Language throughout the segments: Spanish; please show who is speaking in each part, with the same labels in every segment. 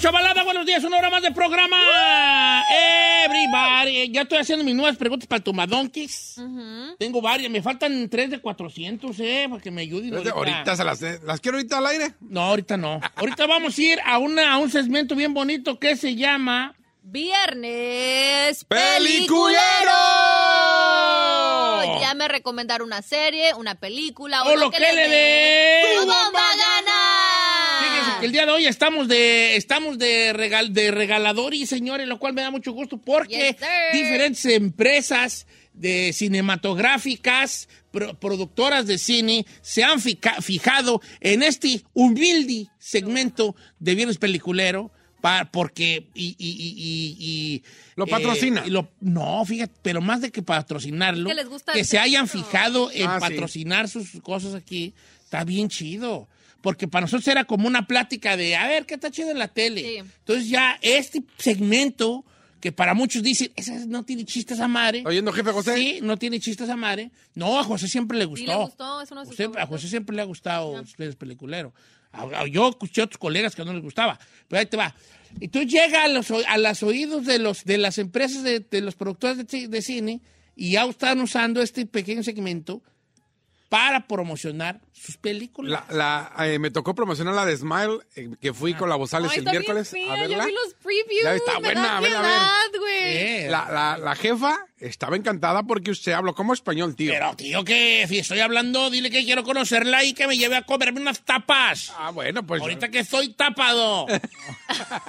Speaker 1: Chavalada, buenos días, una hora más de programa. Everybody. Ya estoy haciendo mis nuevas preguntas para Tomadonquis. Tengo varias, me faltan tres de 400, ¿eh? Para que me ayuden.
Speaker 2: Ahorita, ahorita se las, eh, las quiero ahorita al aire.
Speaker 1: No, ahorita no. ahorita vamos a ir a, una, a un segmento bien bonito que se llama.
Speaker 3: Viernes
Speaker 2: ¡Peliculero!
Speaker 3: Ya me recomendaron una serie, una película
Speaker 1: O lo que le dé.
Speaker 3: ¡Tu bomba gana!
Speaker 1: Fíjense que el día de hoy estamos de estamos de regal de regaladores, señores, lo cual me da mucho gusto porque
Speaker 3: Yes, sir.
Speaker 1: diferentes empresas de cinematográficas, pro- productoras de cine se han fica- fijado en este humilde segmento de bienes peliculero pa- porque y, y- y- y- y-
Speaker 2: Lo patrocina.
Speaker 1: y lo- no, fíjate, pero más de que patrocinarlo,
Speaker 3: Que les gusta
Speaker 1: que
Speaker 3: el
Speaker 1: se hayan
Speaker 3: segmento.
Speaker 1: fijado mercado en
Speaker 2: Ah, sí.
Speaker 1: patrocinar sus cosas aquí está bien chido. Porque para nosotros era como una plática de, a ver, ¿qué está chido en la tele?
Speaker 3: Sí.
Speaker 1: Entonces ya este segmento, que para muchos dicen, esa no tiene chistes a madre.
Speaker 2: Oyendo, jefe José.
Speaker 1: Sí, no tiene chistes a madre. No, a José siempre le gustó.
Speaker 3: Sí, le gustó, es uno de sus
Speaker 1: José- a
Speaker 3: favoritos.
Speaker 1: José siempre le ha gustado el peliculero. A- a- Yo escuché a otros colegas que no les gustaba, pero ahí te va. Y tú llegas a los, o- a las oídos de, los, de las empresas, de, de los productores de, ci- de cine, y ya están usando este pequeño segmento para promocionar sus películas.
Speaker 2: La, la, eh, me tocó promocionar la de Smile, eh, que fui con la Bozales
Speaker 3: Ah. Ay,
Speaker 2: el
Speaker 3: está bien
Speaker 2: miércoles.
Speaker 3: fea,
Speaker 2: a verla.
Speaker 3: Yo
Speaker 1: ah,
Speaker 3: vi los previews.
Speaker 2: Ya está
Speaker 3: me
Speaker 2: buena,
Speaker 3: da
Speaker 2: a ver, a ver.
Speaker 3: piedad, güey.
Speaker 1: Eh,
Speaker 2: La, la- la jefa estaba encantada porque usted habló como español, tío.
Speaker 1: Pero tío, que si estoy hablando, dile que quiero conocerla y que me lleve a comerme unas tapas.
Speaker 2: Ah, bueno, pues.
Speaker 1: Ahorita que estoy tapado.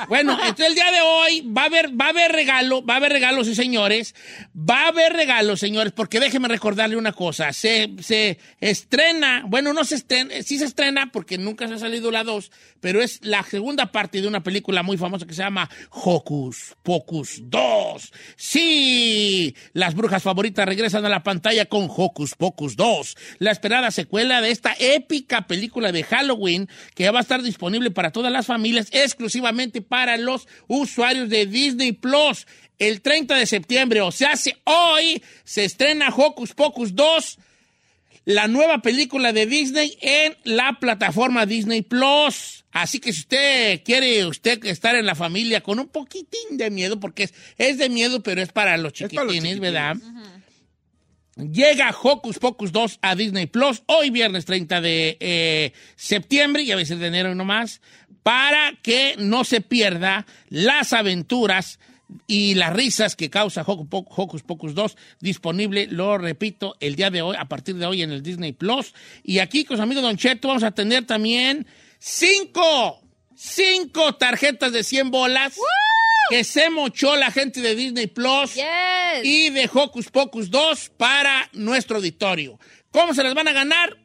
Speaker 1: bueno, entonces el día de hoy va a haber, va a haber regalo, va a haber regalos, sí, señores. Va a haber regalos, señores, porque déjenme recordarle una cosa. Se, se estrena, bueno, no se estrena, eh, sí se estrena porque nunca se ha salido la 2, pero es la segunda parte de una película muy famosa que se llama Hocus Pocus 2. Sí, las brujas favoritas regresan a la pantalla con Hocus Pocus 2, la esperada secuela de esta épica película de Halloween que ya va a estar disponible para todas las familias, exclusivamente para los usuarios de Disney Plus. El 30 de septiembre, o sea, hace hoy, se estrena Hocus Pocus 2, la nueva película de Disney en la plataforma Disney Plus. Así que si usted quiere usted estar en la familia con un poquitín de miedo, porque es, es de miedo, pero es para los
Speaker 2: Es para los
Speaker 1: chiquitines, ¿verdad? Llega Hocus Pocus 2 a Disney Plus hoy viernes 30 de eh, septiembre y a veces de enero y no más para que no se pierda las aventuras y las risas que causa Hocus Po- Hocus Pocus 2 disponible, lo repito, el día de hoy, a partir de hoy en el Disney Plus. Y aquí con su amigo Don Cheto vamos a tener también cinco, cinco tarjetas de 100 bolas que se mochó la gente de Disney Plus
Speaker 3: Yes.
Speaker 1: y de Hocus Pocus 2 para nuestro auditorio. ¿Cómo se las van a ganar?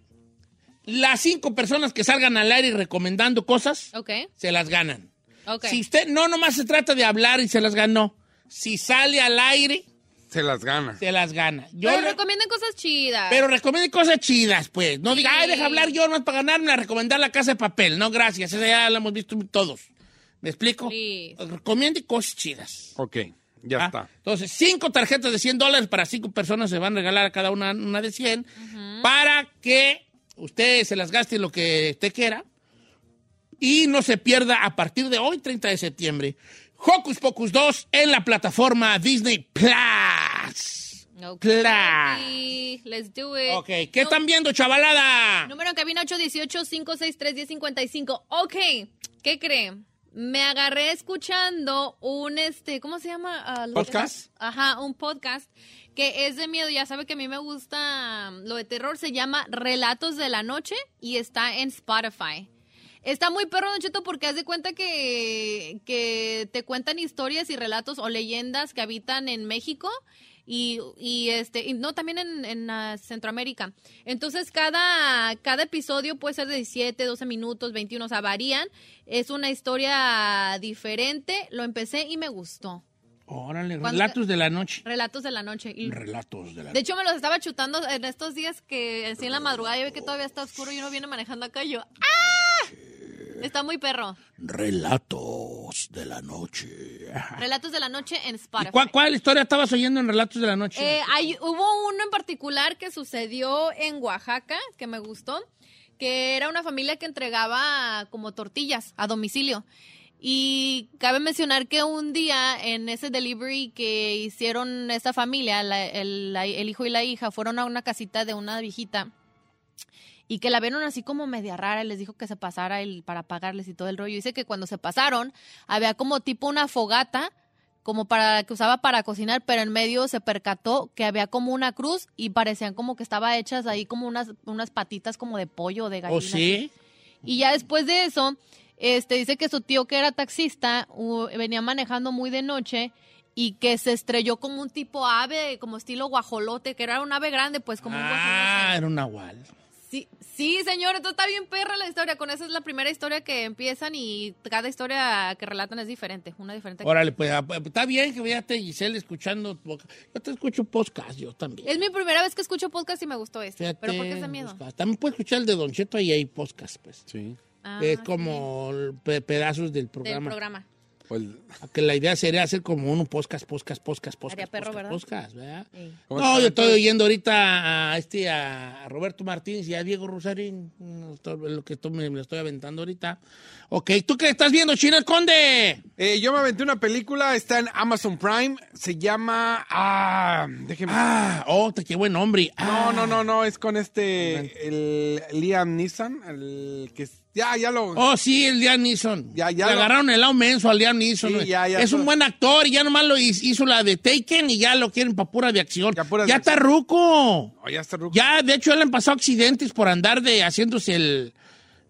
Speaker 1: Las cinco personas que salgan al aire recomendando cosas,
Speaker 3: Ok,
Speaker 1: se las ganan.
Speaker 3: ok.
Speaker 1: Si usted no, nomás se trata de hablar y se las ganó. Si sale al aire,
Speaker 2: Se las gana.
Speaker 1: se las gana. Yo
Speaker 3: Pero
Speaker 1: le-
Speaker 3: recomienden cosas chidas.
Speaker 1: pero recomiende cosas chidas, pues. No diga, ay,
Speaker 3: Sí.
Speaker 1: deja hablar yo, no es para ganarme a recomendar la casa de papel. No, gracias. Esa ya la hemos visto todos. ¿Me explico?
Speaker 3: Sí.
Speaker 1: Recomiende cosas chidas.
Speaker 2: Ok, ya
Speaker 1: ¿Ah?
Speaker 2: está.
Speaker 1: Entonces, cinco tarjetas de 100 dólares para cinco personas se van a regalar a cada una una de 100 para que usted se las gaste lo que usted quiera y no se pierda a partir de hoy, 30 de septiembre, Hocus Pocus 2 en la plataforma Disney Plus.
Speaker 3: Ok.
Speaker 1: Claro.
Speaker 3: Let's do it.
Speaker 1: Ok, ¿qué
Speaker 3: No-
Speaker 1: están viendo, chavalada?
Speaker 3: Número en cabina 818-563-1055. Ok, ¿qué creen? Me agarré escuchando un, este, ¿cómo se llama? Ah, lo que-
Speaker 2: ¿Podcast?
Speaker 3: Ajá, un podcast que es de miedo. Ya sabe que a mí me gusta mm, lo de terror. Se llama Relatos de la Noche y está en Spotify. Está muy perro, Don Cheto, porque haz de cuenta que, que te cuentan historias y relatos o leyendas que habitan en México y, y este y no también en, en, ah, Centroamérica. Entonces, cada, cada episodio puede ser de 17, 12 minutos, 21, o sea, varían. Es una historia diferente. Lo empecé y me gustó.
Speaker 1: Órale,
Speaker 3: ¿Cuándo-
Speaker 1: relatos de la noche.
Speaker 3: Relatos de la noche. Y-
Speaker 1: Relatos de la
Speaker 3: de
Speaker 1: noche.
Speaker 3: hecho, me los estaba chutando en estos días que así en la madrugada yo ve que todavía está oscuro y uno viene manejando acá y yo ¡Ah! Está muy perro.
Speaker 1: Relatos de la noche.
Speaker 3: Relatos de la noche en
Speaker 1: ¿Y
Speaker 3: Spotify.
Speaker 1: cuál, cuál historia estabas oyendo en Relatos de la Noche?
Speaker 3: Eh, hay- hubo uno en particular que sucedió en Oaxaca que me gustó, que era una familia que entregaba como tortillas a domicilio. Y cabe mencionar que un día en ese delivery que hicieron esta familia, la- el, la- el hijo y la hija, fueron a una casita de una viejita y que la vieron así como media rara y les dijo que se pasara el, para pagarles y todo el rollo. Dice que cuando se pasaron había como tipo una fogata como para que usaba para cocinar, pero en medio se percató que había como una cruz y parecían como que estaba hechas ahí como unas unas patitas como de pollo o de gallina.
Speaker 1: ¿O Oh, sí?
Speaker 3: Y ya después de eso, este dice que su tío que era taxista u- venía manejando muy de noche y que se estrelló como un tipo ave, como estilo guajolote, que era un ave grande, pues como un
Speaker 1: Ah,
Speaker 3: guajolote.
Speaker 1: era un nahual.
Speaker 3: Sí, sí, señor, esto está bien perra la historia. Con esa es la primera historia que empiezan y cada historia que relatan es diferente, una diferente.
Speaker 1: Órale, pues ah, pues, está bien que veaste Giselle escuchando. tu boca. Yo te escucho podcast, yo también.
Speaker 3: Es mi primera vez que escucho podcast y me gustó este.
Speaker 1: Fíjate,
Speaker 3: ¿Pero por qué es de miedo?
Speaker 1: podcast. También puedes escuchar el de Don Cheto y hay podcast, pues.
Speaker 2: Sí.
Speaker 3: Ah,
Speaker 1: es
Speaker 3: sí,
Speaker 1: como el pe- pedazos del
Speaker 3: Del
Speaker 1: programa. Ah,
Speaker 3: programa.
Speaker 2: O el-
Speaker 1: Que la idea sería hacer como un podcast, podcast, podcast, podcast.
Speaker 3: Haría perro,
Speaker 1: podcast,
Speaker 3: ¿verdad?
Speaker 1: podcast, ¿verdad?
Speaker 3: Ey.
Speaker 2: ¿cómo
Speaker 1: No,
Speaker 2: está?
Speaker 1: yo estoy oyendo ahorita a, este, a Roberto Martínez y a Diego Rosarín. No, esto- Lo que esto me, me lo estoy aventando ahorita. Ok, ¿tú qué estás viendo, China el Conde?
Speaker 2: Eh, yo me aventé una película, está en Amazon Prime, se llama... Ah, déjeme...
Speaker 1: Ah, oh, te- qué buen hombre. Ah,
Speaker 2: No, no, no, no, es con este, el Liam Neeson, el que... es- Ya, ya lo...
Speaker 1: Oh, sí, el Liam Neeson.
Speaker 2: Ya, ya
Speaker 1: Le
Speaker 2: lo-
Speaker 1: agarraron el lado menso al Liam Neeson.
Speaker 2: Sí,
Speaker 1: güey.
Speaker 2: ya, ya
Speaker 1: es un
Speaker 2: todo.
Speaker 1: buen actor, y ya nomás lo hiz- hizo la de Taken y ya lo quieren para pura de acción. Ya,
Speaker 2: Ya puras de
Speaker 1: está
Speaker 2: acción.
Speaker 1: ruco.
Speaker 2: Oh, ya está ruco.
Speaker 1: Ya, de hecho, ya le han pasado accidentes por andar de haciéndose el,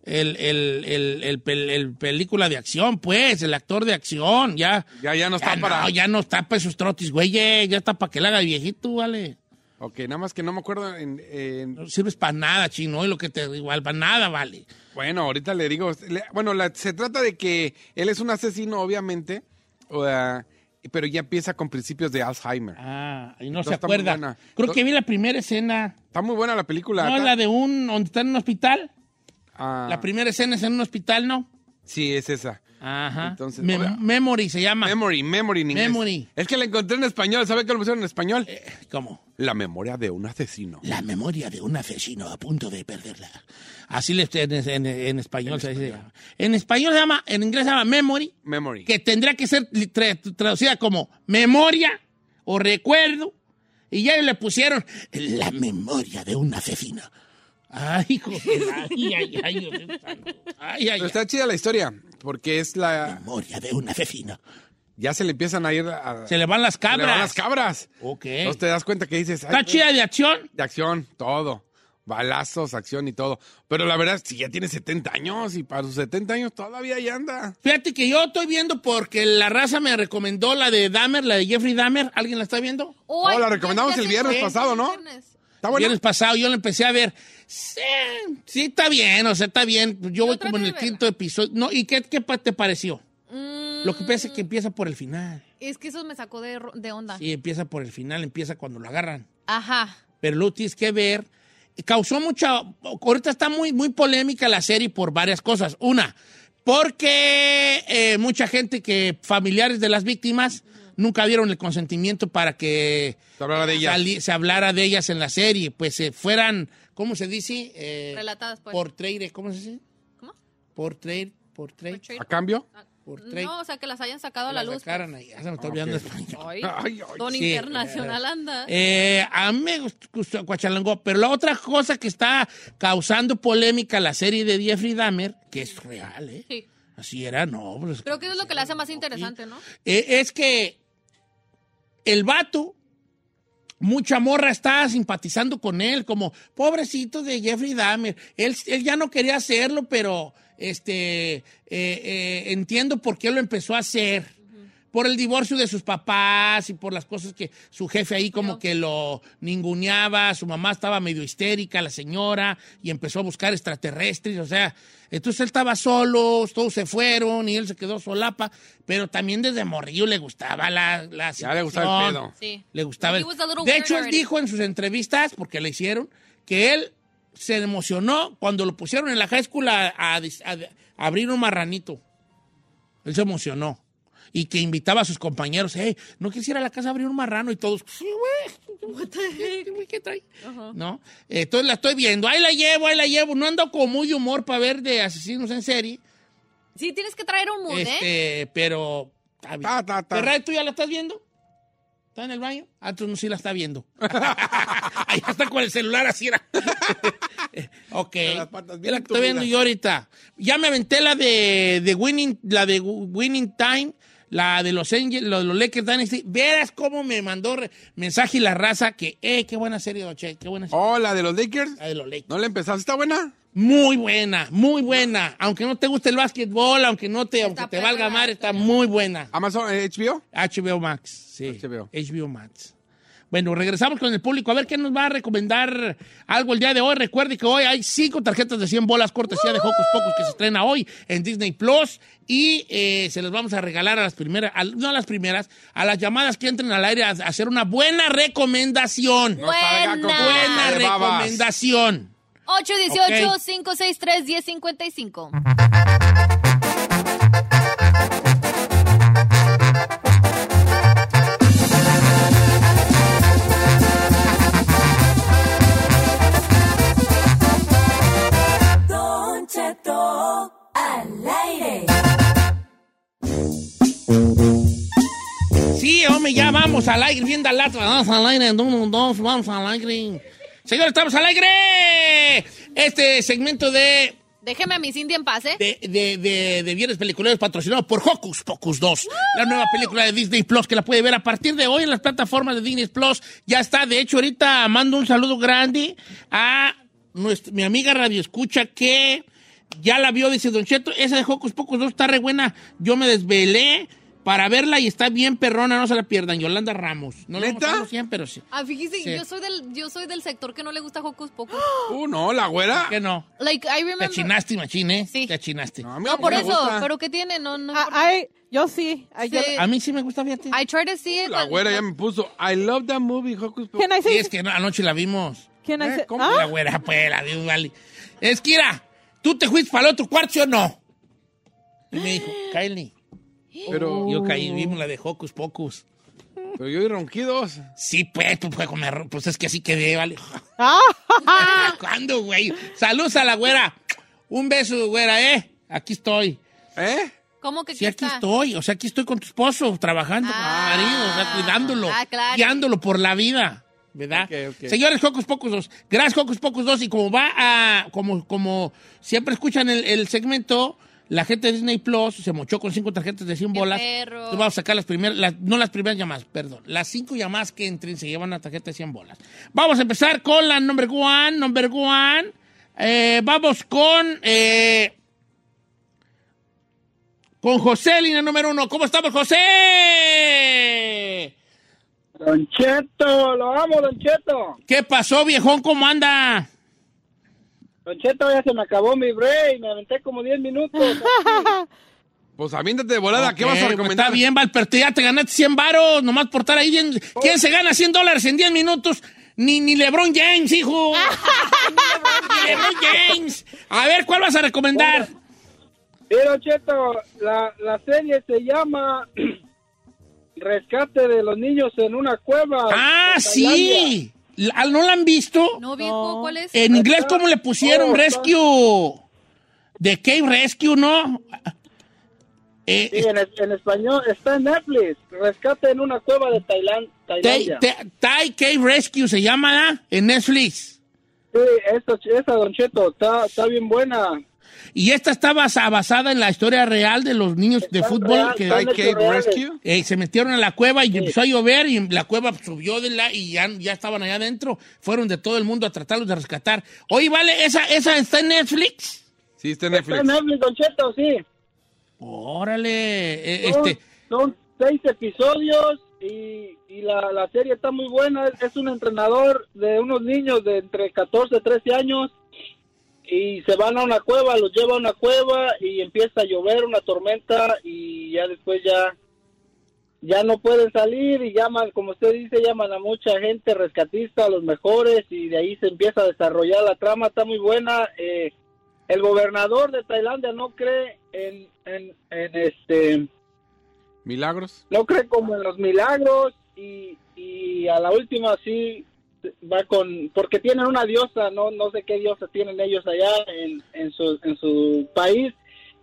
Speaker 1: el, el, el- el pel- el película de acción, pues, el actor de acción, ya. Ah,
Speaker 2: Ya, ya no está para...
Speaker 1: no, ya no está para esos trotis, güey, ya está para que le haga el viejito, vale.
Speaker 2: Ok, nada más que no me acuerdo en... en-
Speaker 1: No sirves para nada, chino, y lo que te igual, para nada, vale.
Speaker 2: Bueno, ahorita le digo... le- Bueno, la- se trata de que él es un asesino, obviamente, ah, pero ya empieza con principios de Alzheimer.
Speaker 1: Ah, y no,
Speaker 2: No
Speaker 1: se
Speaker 2: está muy
Speaker 1: acuerda.
Speaker 2: buena.
Speaker 1: Creo
Speaker 2: No-
Speaker 1: que vi la primera escena.
Speaker 2: Está muy buena la película.
Speaker 1: No,
Speaker 2: está-
Speaker 1: la de un, donde está en un hospital.
Speaker 2: ah,
Speaker 1: La primera escena es en un hospital, ¿no?
Speaker 2: Sí, es esa.
Speaker 1: Ajá.
Speaker 2: Entonces,
Speaker 1: Mem-
Speaker 2: oiga.
Speaker 1: Memory se llama.
Speaker 2: Memory, memory en inglés.
Speaker 1: Memory.
Speaker 2: Es que la encontré en español, ¿sabe qué lo pusieron en español?
Speaker 1: Eh, ¿Cómo?
Speaker 2: La memoria de un asesino.
Speaker 1: La memoria de un asesino a punto de perderla. Así le, en, en- en español se dice. En español se llama, en inglés se llama memory,
Speaker 2: Memory.
Speaker 1: que tendría que ser li- tra- traducida como memoria o recuerdo. Y ya le pusieron la memoria de un asesino. Ay, hijo de la- Ay, ay, ay, Dios mío santo. Ay, ay,
Speaker 2: Pero
Speaker 1: ay.
Speaker 2: está chida la historia, porque es la...
Speaker 1: Memoria de un asesino.
Speaker 2: Ya se le empiezan a ir a...
Speaker 1: Se le van las
Speaker 2: se le
Speaker 1: cabras.
Speaker 2: van las cabras.
Speaker 1: Ok.
Speaker 2: Entonces te das cuenta que dices... ay,
Speaker 1: Está
Speaker 2: güey,
Speaker 1: chida de acción.
Speaker 2: De acción, todo. Balazos, acción y todo. Pero la verdad, si ya tiene 70 años y para sus 70 años todavía ya anda.
Speaker 1: Fíjate que yo estoy viendo porque la raza me recomendó la de Dahmer, la de Jeffrey Dahmer. ¿Alguien la está viendo?
Speaker 3: Oh, ay,
Speaker 2: la recomendamos
Speaker 3: ya
Speaker 2: el
Speaker 3: sé
Speaker 2: viernes
Speaker 3: cuál es,
Speaker 2: pasado,
Speaker 3: el
Speaker 2: ¿no?
Speaker 3: viernes.
Speaker 2: Está bueno.
Speaker 1: Viernes pasado yo la empecé a ver. Sí, sí, está bien, o sea, está bien. Yo, voy
Speaker 3: traté
Speaker 1: como en
Speaker 3: de
Speaker 1: el
Speaker 3: verla.
Speaker 1: quinto episodio. No, ¿y qué, qué pa- te pareció?
Speaker 3: Mm,
Speaker 1: Lo que pasa es que empieza por el final.
Speaker 3: es que eso me sacó de, ro- de onda.
Speaker 1: Sí, empieza por el final, empieza cuando lo agarran.
Speaker 3: Ajá.
Speaker 1: Pero luego tienes que ver. Causó mucha. Ahorita está muy, muy polémica la serie por varias cosas. Una, porque eh, mucha gente que, familiares de las víctimas, nunca dieron el consentimiento para que
Speaker 2: Se hablará de ella.
Speaker 1: sali- se hablara de ellas en la serie. Pues se fueran, ¿cómo se dice? Eh,
Speaker 3: Relatadas, pues.
Speaker 1: Portrayed, ¿cómo se dice?
Speaker 3: ¿Cómo?
Speaker 1: Portrayed, portrayed,
Speaker 3: Portrayed.
Speaker 2: ¿A cambio?
Speaker 1: portrayed.
Speaker 3: No, o sea, que las hayan sacado a la
Speaker 1: Las
Speaker 3: luz. pues.
Speaker 1: sacaran ahí. Ya se me está olvidando español.
Speaker 3: Ay,
Speaker 2: Ay, ay,
Speaker 3: don
Speaker 1: sí.
Speaker 3: internacional anda.
Speaker 1: Eh, a mí me gust- gustó Cuachalangó, pero la otra cosa que está causando polémica la serie de Jeffrey Dahmer, que es real, ¿eh?
Speaker 3: Sí.
Speaker 1: Así era, no. pues,
Speaker 3: Creo que eso es lo que le hace más interesante, ¿no?
Speaker 1: eh, es que el vato, mucha morra está simpatizando con él, como pobrecito de Jeffrey Dahmer. Él, él ya no quería hacerlo, pero este, eh, eh, entiendo por qué lo empezó a hacer. Por el divorcio de sus papás y por las cosas que su jefe ahí como
Speaker 3: Pero-
Speaker 1: que lo ninguneaba, su mamá estaba medio histérica, la señora, y empezó a buscar extraterrestres, o sea, entonces él estaba solo, todos se fueron y él se quedó solapa, pero también desde morrillo le gustaba la, la
Speaker 2: Ya le gustaba el
Speaker 1: situación.
Speaker 2: pedo.
Speaker 3: Sí.
Speaker 1: Le gustaba.
Speaker 3: He
Speaker 1: el-
Speaker 3: was a little
Speaker 1: De hecho,
Speaker 3: weird
Speaker 1: él
Speaker 3: already.
Speaker 1: dijo en sus entrevistas, porque le hicieron, que él se emocionó cuando lo pusieron en la high school a, a- a- a abrir un marranito. Él se emocionó. Y que invitaba a sus compañeros, hey, no quisiera la casa abrir un marrano y todos, sí, güey. ¿Qué, güey, qué trae? ¿No? Entonces la estoy viendo, ahí la llevo, ahí la llevo. No ando con muy humor para ver de asesinos en serie.
Speaker 3: Sí, tienes que traer un mood, ¿eh?
Speaker 1: Este, pero. está bien.
Speaker 2: Ta, ta, ta.
Speaker 1: Ferrari, ¿tú ya la estás viendo? ¿Está en el baño? Ah, tú no sí la está viendo. Ahí está con el celular así era. ok.
Speaker 2: Con las patas bien
Speaker 1: Es la que estoy viendo
Speaker 2: entumidas.
Speaker 1: yo ahorita. Ya me aventé la de, de winning, la de Winning Time, la de los Angels, los, los Lakers Dynasty. Verás cómo me mandó re- mensaje la raza que, eh, qué buena serie, Doche, qué buena serie.
Speaker 2: Oh, la de los Lakers.
Speaker 1: La de los Lakers.
Speaker 2: ¿No la empezaste? ¿Está buena?
Speaker 1: Muy buena, muy buena. Aunque no te guste el básquetbol, aunque no te, aunque te
Speaker 3: perra
Speaker 1: valga
Speaker 3: la
Speaker 1: madre, está muy buena.
Speaker 2: Amazon, eh, HBO.
Speaker 1: HBO Max, sí.
Speaker 2: HBO.
Speaker 1: HBO. Max. Bueno, regresamos con el público a ver qué nos va a recomendar algo el día de hoy. Recuerde que hoy hay cinco tarjetas de 100 bolas cortesía de Hocus Pocus que se estrena hoy en Disney Plus y eh, se las vamos a regalar a las primeras, al- no a las primeras, a las llamadas que entren al aire a, a hacer una buena recomendación.
Speaker 2: No salga con
Speaker 3: Buena.
Speaker 1: Buena
Speaker 2: cara de babas.
Speaker 1: recomendación.
Speaker 3: 818-563-1055.
Speaker 4: Don Cheto al aire.
Speaker 1: Sí, hombre, ya vamos al aire, bien al lato. Vamos al aire, uno, dos, vamos al aire. Señores, estamos al aire. Este segmento de,
Speaker 3: Déjeme a mi Cindy en paz, ¿eh?
Speaker 1: de, de, de, de Viernes Peliculeros patrocinado por Hocus Pocus 2, la nueva película de Disney Plus que la puede ver a partir de hoy en las plataformas de Disney Plus. Ya está, de hecho, ahorita mando un saludo grande a nuestra- mi amiga Radio Escucha que ya la vio, dice Don Cheto, esa de Hocus Pocus 2 está re buena. Yo me desvelé. Para verla y está bien perrona, no se la pierdan. Yolanda Ramos. No la
Speaker 2: ¿Neta?
Speaker 1: conozco bien, pero sí.
Speaker 3: Ah, fíjese,
Speaker 1: Sí.
Speaker 3: yo, soy del, yo soy del sector que no le gusta Hocus Pocus.
Speaker 2: Uh, no, la güera.
Speaker 1: Que no.
Speaker 3: Like, I
Speaker 1: Te
Speaker 3: remember.
Speaker 1: achinaste, machín, ¿eh?
Speaker 3: Sí.
Speaker 1: Te achinaste.
Speaker 2: No, a mí
Speaker 3: No, por
Speaker 2: me
Speaker 3: eso.
Speaker 2: gusta.
Speaker 3: ¿Pero qué tiene? No, no.
Speaker 5: Ah, ay, yo sí. I,
Speaker 3: Sí.
Speaker 1: A mí sí me gusta, fíjate.
Speaker 3: I try to see it,
Speaker 2: La
Speaker 3: but-
Speaker 2: güera ya me puso. I love that movie, Hocus Pocus.
Speaker 5: Can I
Speaker 1: Sí,
Speaker 5: say?
Speaker 1: es que no- anoche la vimos.
Speaker 5: Can I
Speaker 2: Eh,
Speaker 5: say?
Speaker 2: ¿cómo?
Speaker 5: ¿Ah?
Speaker 1: La güera, pues, la vi, vale. Es que, mira, ¿tú te fuiste para el otro cuarto sí o no? Y me dijo, Kylie.
Speaker 2: Pero,
Speaker 1: Yo caí, vimos la de Hocus Pocus.
Speaker 2: pero yo y ronquidos.
Speaker 1: Sí, pues, pues, pues, me ro- pues, es que así quedé, vale.
Speaker 5: Ah,
Speaker 1: ¿Cuándo, güey? Saludos a la güera. Un beso, güera, ¿eh? Aquí estoy.
Speaker 2: ¿Eh?
Speaker 3: ¿Cómo que
Speaker 1: Sí, aquí
Speaker 3: está?
Speaker 1: estoy. O sea, aquí estoy con tu esposo, trabajando
Speaker 3: Ah.
Speaker 1: con tu marido, o sea, cuidándolo,
Speaker 3: Ah, claro.
Speaker 1: guiándolo por la vida. ¿Verdad?
Speaker 2: Ok, ok.
Speaker 1: Señores, Hocus Pocus 2. Gracias, Hocus Pocus 2. Y como va a. Como, como siempre escuchan el, el segmento, la gente de Disney Plus se mochó con cinco tarjetas de 100
Speaker 3: Qué
Speaker 1: bolas.
Speaker 3: perro.
Speaker 1: Entonces vamos a sacar las primeras. las- no las primeras llamadas, perdón. Las cinco llamadas que entren se llevan la tarjeta de 100 bolas. Vamos a empezar con la number one. Number one. Eh, vamos con. eh, con José, línea número uno. ¿Cómo estamos, José?
Speaker 6: Don Cheto, lo amo, Don Cheto.
Speaker 1: ¿Qué pasó, viejón? ¿Cómo anda?
Speaker 6: Don Cheto, ya se me acabó mi break, me aventé como 10 minutos.
Speaker 2: Pues aviéntate de volada. ¿Qué
Speaker 1: Ok, pues,
Speaker 2: vas a recomendar?
Speaker 1: Está bien, Val, pero tú ya te ganaste 100 varos, nomás por estar ahí. bien. ¿Quién se gana 100 dólares en 10 minutos? Ni, ni LeBron James, hijo. ni LeBron James. A ver, ¿cuál vas a recomendar?
Speaker 6: Mira, Don Cheto, la, la serie se llama Rescate de los niños en una cueva.
Speaker 1: Ah,
Speaker 6: en
Speaker 1: sí. La- ¿No la han visto?
Speaker 3: No, viejo, ¿cuál es?
Speaker 1: En inglés, ¿cómo le pusieron?
Speaker 6: Oh,
Speaker 1: Rescue. De Cave Rescue, ¿no? Eh,
Speaker 6: Tailandia. Sí, en, es- en español está en Netflix. Rescate en una cueva de Tailan-
Speaker 1: Tay-
Speaker 6: Tailandia.
Speaker 1: Tay- Thai Cave Rescue se llama, ¿verdad? En Netflix.
Speaker 6: Sí, eso, esa, Don Cheto, está, está bien buena.
Speaker 1: Y esta está basa- basada en la historia real de los niños de
Speaker 6: Está
Speaker 1: fútbol
Speaker 6: real,
Speaker 1: que
Speaker 6: está
Speaker 2: ¿Hay Cave
Speaker 6: reales.
Speaker 2: Rescue?
Speaker 1: eh, se metieron a la cueva y empezó a llover y la cueva subió de la y ya, ya estaban allá adentro. Fueron de todo el mundo a tratarlos de rescatar. Oye, vale, esa, esa está en Netflix.
Speaker 2: Sí, está en
Speaker 6: Está en
Speaker 2: Netflix.
Speaker 6: Netflix, Don Cheto, sí.
Speaker 1: Órale, eh,
Speaker 6: Son-
Speaker 1: este,
Speaker 6: Son seis episodios y, y la, la serie está muy buena. Es, es un entrenador de unos niños de entre 14 y 13 años y se van a una cueva, los lleva a una cueva y empieza a llover una tormenta y ya después ya ya no pueden salir y llaman, como usted dice, llaman a mucha gente rescatista, a los mejores y de ahí se empieza a desarrollar la trama, está muy buena. Eh, el gobernador de Tailandia no cree en, en, en este
Speaker 2: Milagros.
Speaker 6: no cree como en los milagros y, y a la última sí va con porque tienen una diosa no no sé qué diosa tienen ellos allá en, en su en su país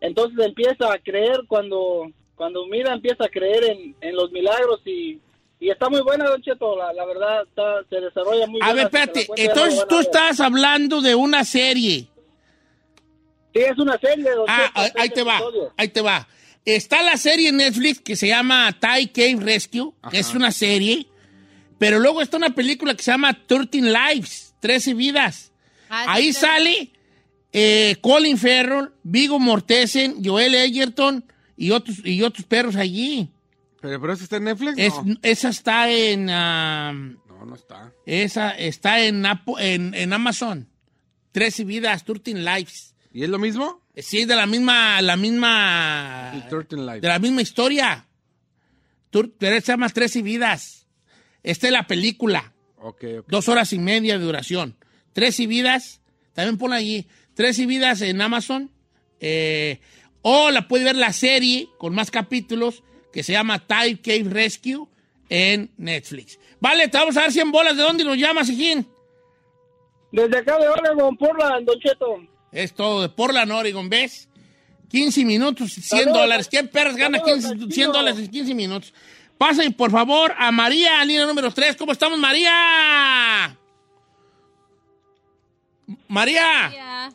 Speaker 6: Entonces empieza a creer cuando, cuando mira, empieza a creer en, en los milagros y, y está muy buena, Don Cheto, la, la verdad, está- se desarrolla muy bien.
Speaker 1: A ver, espérate. Entonces tú estás hablando de una serie.
Speaker 6: Sí, es una serie, Don
Speaker 1: Ah,
Speaker 6: Cheto,
Speaker 1: ah, ahí
Speaker 6: seis
Speaker 1: te va,
Speaker 6: episodios.
Speaker 1: ahí te va. Está la serie en Netflix que se llama Thai Cave Rescue, que es una serie, pero luego está una película que se llama 13 Lives, 13 vidas.
Speaker 3: Ah, sí,
Speaker 1: ahí
Speaker 3: sí.
Speaker 1: sale eh, Colin Farrell, Vigo Mortensen, Joel Edgerton y otros, y otros perros allí.
Speaker 2: Pero, pero eso está en Netflix.
Speaker 1: Es-
Speaker 2: no.
Speaker 1: esa está en... ah,
Speaker 2: no, no está.
Speaker 1: esa está en, Apo- en, en Amazon. 13 vidas, 13 Lives. Eh,
Speaker 2: ¿Y es lo mismo?
Speaker 1: Sí, de la misma... La misma
Speaker 2: El 13 Live.
Speaker 1: de la misma historia. Tú, tú eres- se llama Tres y Vidas. Esta es la película.
Speaker 2: Ok, ok.
Speaker 1: Dos horas y media de duración. Tres y Vidas. También pon allí. Tres y Vidas en Amazon. eh, o la puede ver la serie con más capítulos que se llama Tide Cave Rescue en Netflix. Vale, te vamos a dar 100 bolas. ¿De dónde nos llamas, Sijín?
Speaker 6: Desde acá de Oregon, Portland, Don Cheto.
Speaker 1: Es todo de Portland, Oregon, ¿ves? 15 minutos, 100
Speaker 6: Saludos.
Speaker 1: dólares. ¿Quién perras gana
Speaker 6: Saludos,
Speaker 1: 15, 100
Speaker 6: tranquilo.
Speaker 1: dólares en 15 minutos? Pasen, por favor, a María, línea número 3. ¿Cómo estamos, María? María.
Speaker 3: Ya.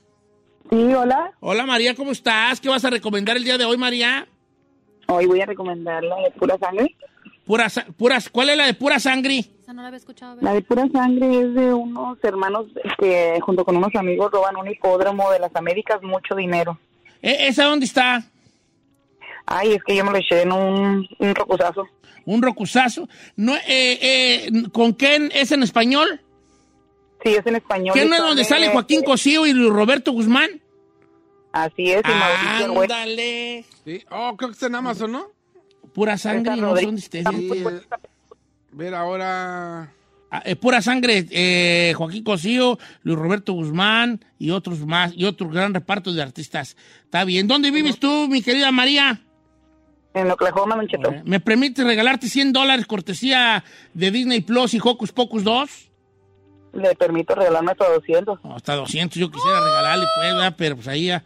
Speaker 7: Sí, hola.
Speaker 1: Hola, María, ¿cómo estás? ¿Qué vas a recomendar el día de hoy, María?
Speaker 7: Hoy voy a recomendar la de pura sangre.
Speaker 1: Pura, sa- puras, ¿Cuál es la de pura sangre?
Speaker 3: Esa no la había escuchado. a ver.
Speaker 7: La de pura sangre es de unos hermanos que junto con unos amigos roban un hipódromo de las Américas mucho dinero.
Speaker 1: ¿E- ¿Esa dónde está?
Speaker 7: Ay, es que yo me lo eché en un, un rocosazo.
Speaker 1: ¿Un rocuzazo? No, eh, eh, ¿Con quién es en español?
Speaker 7: Sí, es en español.
Speaker 1: ¿Quién no es
Speaker 7: Y
Speaker 1: donde
Speaker 7: sale-
Speaker 1: sale Joaquín Cosío y Roberto Guzmán?
Speaker 7: Así es, y Mauricio Güey.
Speaker 1: Ándale.
Speaker 2: Sí. Oh, creo que está en Amazon, ¿no?
Speaker 1: Pura sangre,
Speaker 7: César
Speaker 1: no sé
Speaker 7: Rodríguez.
Speaker 1: dónde esté.
Speaker 7: Está
Speaker 1: pues,
Speaker 2: Sí,
Speaker 7: muy buena
Speaker 2: eh.
Speaker 7: esta película.
Speaker 2: Ver ahora.
Speaker 1: Ah, eh, pura sangre, eh, Joaquín Cosío, Luis Roberto Guzmán y otros más, y otro gran reparto de artistas. Está bien. ¿Dónde vives tú, mi querida María?
Speaker 7: En Oklahoma, Don Cheto.
Speaker 1: ¿Me permite regalarte 100 dólares cortesía de Disney Plus y Hocus Pocus 2?
Speaker 7: Le permito regalarme hasta 200.
Speaker 1: No, hasta 200 yo quisiera regalarle, pues, ¿verdad? pero pues ahí ya,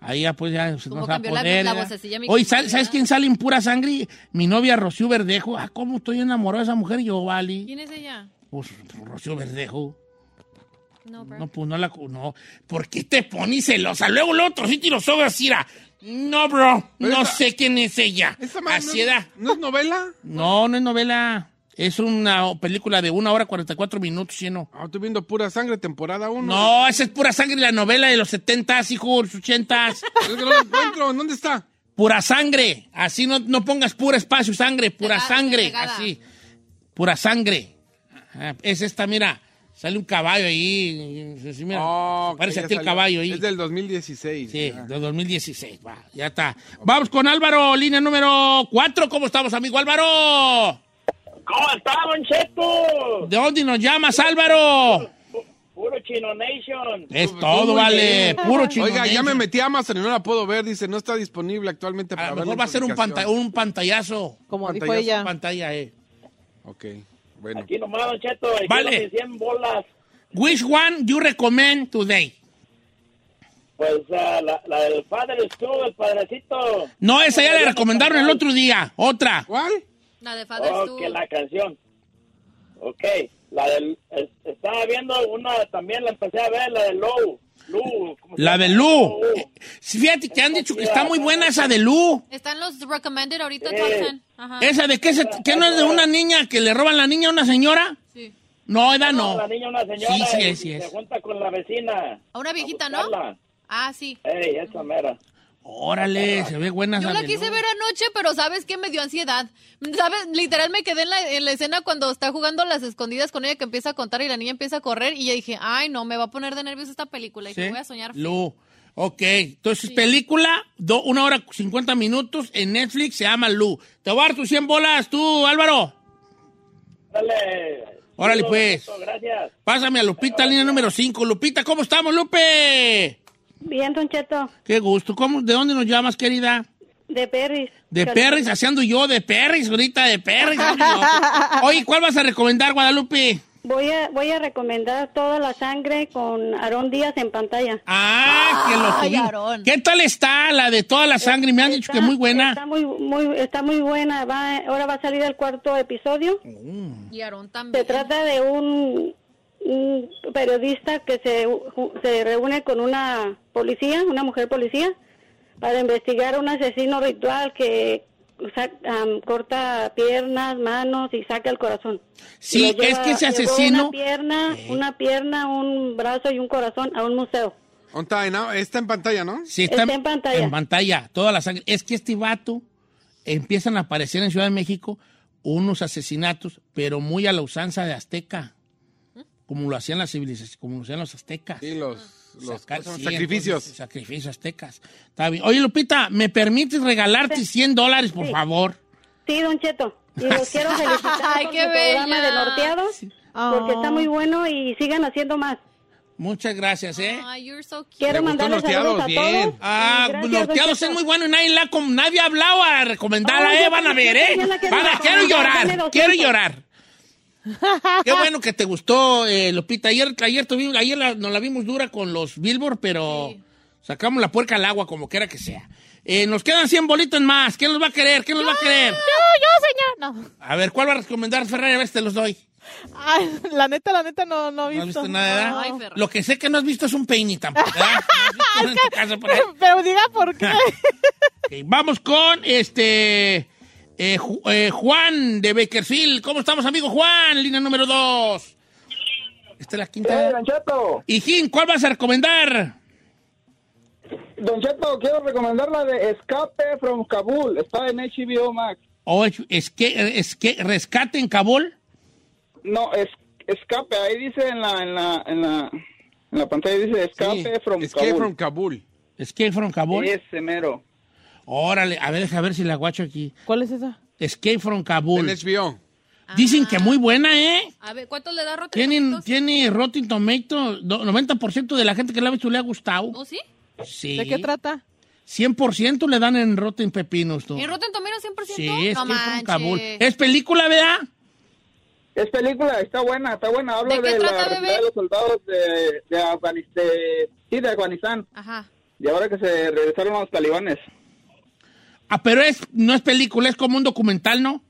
Speaker 1: ahí ya pues ya pues,
Speaker 3: ¿Cómo
Speaker 1: no se va a
Speaker 3: cambió la-
Speaker 1: poder,
Speaker 3: la
Speaker 1: ¿verdad?
Speaker 3: vocecilla, mi
Speaker 1: Oye,
Speaker 3: compañera?
Speaker 1: ¿sabes quién sale en pura sangre? Mi novia Rocío Verdejo. Ah, cómo estoy enamorado de esa mujer, yo, Vali.
Speaker 3: ¿Quién es ella?
Speaker 1: Pues, Rocío Verdejo.
Speaker 3: No, bro.
Speaker 1: No, pues no la. cu- No. ¿Por qué te pones celosa? Luego, luego, trocito y los ojos, Cira. No, bro.
Speaker 2: Pero
Speaker 1: no
Speaker 2: esa-
Speaker 1: sé quién es ella.
Speaker 2: ¿Esa madre
Speaker 1: Así
Speaker 2: no,
Speaker 1: era.
Speaker 2: es- ¿No es novela?
Speaker 1: No, no es novela. Es una película de una hora 44 minutos, lleno.
Speaker 2: Ah, estoy viendo pura sangre, temporada 1.
Speaker 1: No, esa es pura sangre, la novela de los 70s, hijo, los 80s.
Speaker 2: Es que no la encuentro. ¿Dónde está?
Speaker 1: Pura sangre. Así no, no pongas pura espacio, sangre. Pura
Speaker 3: Pegada,
Speaker 1: sangre.
Speaker 3: pegada.
Speaker 1: Así. Pura sangre. Ajá, Es esta, mira. Sale un caballo ahí. sí, mira.
Speaker 2: Oh,
Speaker 1: Parece
Speaker 2: que ya
Speaker 1: a ti el
Speaker 2: salió.
Speaker 1: caballo ahí.
Speaker 2: Es del 2016.
Speaker 1: Sí,
Speaker 2: Ah.
Speaker 1: de 2016, va, ya está. Vamos con Álvaro, línea número 4. ¿Cómo estamos, amigo Álvaro?
Speaker 6: ¿Cómo está, Don Cheto?
Speaker 1: ¿De dónde nos llamas, Álvaro?
Speaker 6: Puro Chino Nation.
Speaker 1: Es
Speaker 2: Tú-
Speaker 1: todo,
Speaker 2: tú,
Speaker 1: vale,
Speaker 2: eh.
Speaker 1: puro chingón.
Speaker 2: Pues, Oiga, ya me metí a Amazon y no la puedo ver. Dice, no está disponible actualmente para
Speaker 1: A lo
Speaker 2: ver
Speaker 1: mejor
Speaker 2: la
Speaker 1: va a ser un, panta-
Speaker 2: publicación.
Speaker 1: un pantallazo.
Speaker 5: Como dijo
Speaker 2: Pantallazo,
Speaker 5: ella.
Speaker 1: Pantalla, eh.
Speaker 2: Ok, bueno.
Speaker 6: Aquí nomás, Don Cheto, aquí
Speaker 1: Vale.
Speaker 6: vale. 100 bolas.
Speaker 1: Which one you recommend today?
Speaker 6: Pues ah, la, la del padre estuvo, el padrecito.
Speaker 1: No, esa ya la recomendaron el otro día. Otra.
Speaker 2: ¿Cuál?
Speaker 3: La de Father
Speaker 6: Oh,
Speaker 3: Stu.
Speaker 6: que la canción. Ok, la del... es- estaba viendo una, también la empecé a ver, la de Lou. Lou. ¿cómo se
Speaker 1: La
Speaker 6: llama?
Speaker 1: de Lu.
Speaker 6: Lou.
Speaker 1: Eh, Fíjate que han dicho que está muy buena esa de Lu.
Speaker 3: Están los recommended ahorita,
Speaker 6: Sí.
Speaker 3: top 10. Ajá.
Speaker 1: ¿Esa de qué? Se, ¿Qué no es de una niña que le roban la niña a una señora?
Speaker 3: Sí.
Speaker 1: No, Eda no.
Speaker 6: La niña, una señora.
Speaker 1: Sí, sí
Speaker 6: y-
Speaker 1: es, sí
Speaker 6: y
Speaker 1: es.
Speaker 6: Se junta con la vecina.
Speaker 3: A una viejita, ¿no?
Speaker 6: buscarla.
Speaker 3: Ah, sí.
Speaker 6: Ey, esa mera.
Speaker 1: Órale, se ve buena.
Speaker 3: Yo
Speaker 1: esa
Speaker 3: la
Speaker 1: de
Speaker 3: quise
Speaker 1: luz.
Speaker 3: ver anoche, pero ¿sabes qué? Me dio ansiedad. ¿Sabes? Literal me quedé en la, en la escena cuando está jugando las escondidas con ella que empieza a contar y la niña empieza a correr y yo dije, ay, no, me va a poner de nervios esta película y
Speaker 1: ¿Sí?
Speaker 3: que voy a soñar.
Speaker 1: Lu. Ok, entonces película, do, una hora 50 minutos en Netflix, se llama Lu. Te voy a dar tus 100 bolas, tú, Álvaro.
Speaker 6: Dale.
Speaker 1: Órale,
Speaker 6: Saludos,
Speaker 1: pues.
Speaker 6: Cheto, Gracias.
Speaker 1: Pásame a Lupita, línea número 5. Lupita, ¿cómo estamos, Lupe?
Speaker 8: Bien, Don Cheto,
Speaker 1: Qué gusto. ¿Cómo, ¿De dónde nos llamas, querida?
Speaker 8: de Perris.
Speaker 1: De
Speaker 8: Cali-
Speaker 1: Perris, haciendo yo, de Perris, ahorita de Perris. ando yo. Oye, ¿cuál vas a recomendar, Guadalupe?
Speaker 8: Voy a, voy a recomendar toda la sangre con Aarón Díaz en pantalla.
Speaker 1: Ah, que lo
Speaker 3: Ay,
Speaker 1: subimos.
Speaker 3: Aarón.
Speaker 1: ¿Qué tal está la de toda la sangre? Me han dicho
Speaker 8: Está-
Speaker 1: que muy buena.
Speaker 8: Está muy, muy, está muy buena. Va, ahora va a salir el cuarto episodio.
Speaker 3: Y Aarón
Speaker 8: Se
Speaker 3: también.
Speaker 8: trata de un, un periodista que se, ju- se reúne con una policía, una mujer policía, para investigar un asesino ritual que sa- am, corta piernas, manos y saca el corazón.
Speaker 1: Sí,
Speaker 8: Y lo
Speaker 1: es que ese
Speaker 8: llevó
Speaker 1: asesino-
Speaker 8: Una pierna, una pierna, un brazo y un corazón a un museo.
Speaker 2: Onta, ¿no? Está en pantalla, ¿no?
Speaker 1: Sí,
Speaker 8: Está en pantalla.
Speaker 1: En pantalla, toda la sangre. Es que este vato empiezan a aparecer en Ciudad de México unos asesinatos, pero muy a la usanza de Azteca. Como lo hacían las civilizaciones, como lo hacían los aztecas.
Speaker 2: Sí, los, los
Speaker 1: Sacar-
Speaker 2: ¿cómo se llaman?
Speaker 1: sí,
Speaker 2: sacrificios.
Speaker 1: entonces, sacrificios aztecas. Está bien. Oye, Lupita, ¿me permites regalarte 100 dólares, por favor?
Speaker 8: Sí, Don Cheto. Y los quiero felicitar
Speaker 3: Ay,
Speaker 8: por
Speaker 3: qué
Speaker 8: su programa
Speaker 3: bella. Oh.
Speaker 8: de Norteados, porque está muy bueno y sigan haciendo más.
Speaker 1: Muchas gracias, ¿eh?
Speaker 3: Ay, you're so cute.
Speaker 8: Quiero
Speaker 2: Me gustó
Speaker 8: mandarles saludos a
Speaker 2: Norteados, bien.
Speaker 8: todos.
Speaker 1: Ah,
Speaker 8: Gracias,
Speaker 1: los teatros
Speaker 8: don
Speaker 1: es
Speaker 8: Cheto.
Speaker 1: muy bueno y nadie, la, com- nadie ha hablado a recomendarla,
Speaker 8: Ay,
Speaker 1: ¿eh?
Speaker 8: yo
Speaker 1: Van a
Speaker 8: pensé
Speaker 1: ver,
Speaker 8: que
Speaker 1: ¿eh?
Speaker 8: yo la quería
Speaker 1: Van a- quiero
Speaker 8: recomendar, dame
Speaker 1: llorar,
Speaker 8: 200.
Speaker 1: quiero llorar. Qué bueno que te gustó, eh, Lupita. Ayer, ayer, tuvimos, ayer la- nos la vimos dura con los Billboard, pero sacamos la puerca al agua, como quiera que sea. Eh, nos quedan 100 bolitos más. ¿Quién los va a querer? ¿Quién los
Speaker 8: ¡Ah!
Speaker 1: va a
Speaker 5: Yo,
Speaker 1: querer?
Speaker 5: yo, señor. No.
Speaker 1: A ver, ¿cuál va a recomendar Ferrari? A ver, si te los doy.
Speaker 5: Ay, la neta, la neta, no, no he
Speaker 1: No has
Speaker 5: visto.
Speaker 1: visto nada, ¿verdad?
Speaker 3: Ay, Ferrari.
Speaker 1: Lo que sé que no has visto es un peini tampoco, ¿verdad? No has visto nada en tu casa por ahí.
Speaker 5: Pero diga por qué.
Speaker 1: Ok, vamos con este eh, Ju- eh, Juan de Bakersfield. ¿Cómo estamos, amigo Juan? Línea número 2. Esta es la quinta.
Speaker 6: Eh, Don Cheto,
Speaker 1: Hijín, ¿cuál vas a recomendar?
Speaker 6: Don Cheto, quiero recomendar la de Escape from Kabul. Está en HBO Max.
Speaker 1: O Oh, es, es que, es que rescate en Kabul.
Speaker 6: No, es, escape, ahí dice en la, en la, en la, en la pantalla dice
Speaker 2: Sí.
Speaker 6: escape from
Speaker 2: Escape
Speaker 6: Kabul.
Speaker 2: from Kabul.
Speaker 1: Escape from Kabul.
Speaker 6: Ese mero.
Speaker 1: Órale, a ver, a ver si la guacho aquí.
Speaker 5: ¿Cuál es esa?
Speaker 1: Escape from
Speaker 2: En
Speaker 1: Kabul.
Speaker 2: HBO.
Speaker 1: Dicen que muy buena, ¿eh?
Speaker 3: A ver, ¿cuánto le da Rotten
Speaker 1: Tienen,
Speaker 3: Tomatoes?
Speaker 1: tiene Rotten Tomatoes, do- 90% de la gente que la ha visto le ha gustado.
Speaker 3: ¿Oh, sí?
Speaker 1: Sí.
Speaker 5: ¿De qué trata?
Speaker 1: 100% le dan en Rotten Pepinos. tú.
Speaker 3: ¿En Rotten Tomatoes 100%?
Speaker 1: Sí, es
Speaker 3: no
Speaker 1: que es un
Speaker 3: manches.
Speaker 1: Kabul. Es película, ¿verdad?
Speaker 6: Es película, está buena, está buena. Habla
Speaker 3: ¿De
Speaker 6: de,
Speaker 3: qué
Speaker 6: la
Speaker 3: trata,
Speaker 6: retirada
Speaker 3: bebé?
Speaker 6: de los soldados de, de, Afganis- de- sí, de Afganistán.
Speaker 3: Ajá.
Speaker 6: Y ahora que se regresaron los talibanes.
Speaker 1: Ah, pero es, no es película, es como un documental, ¿no?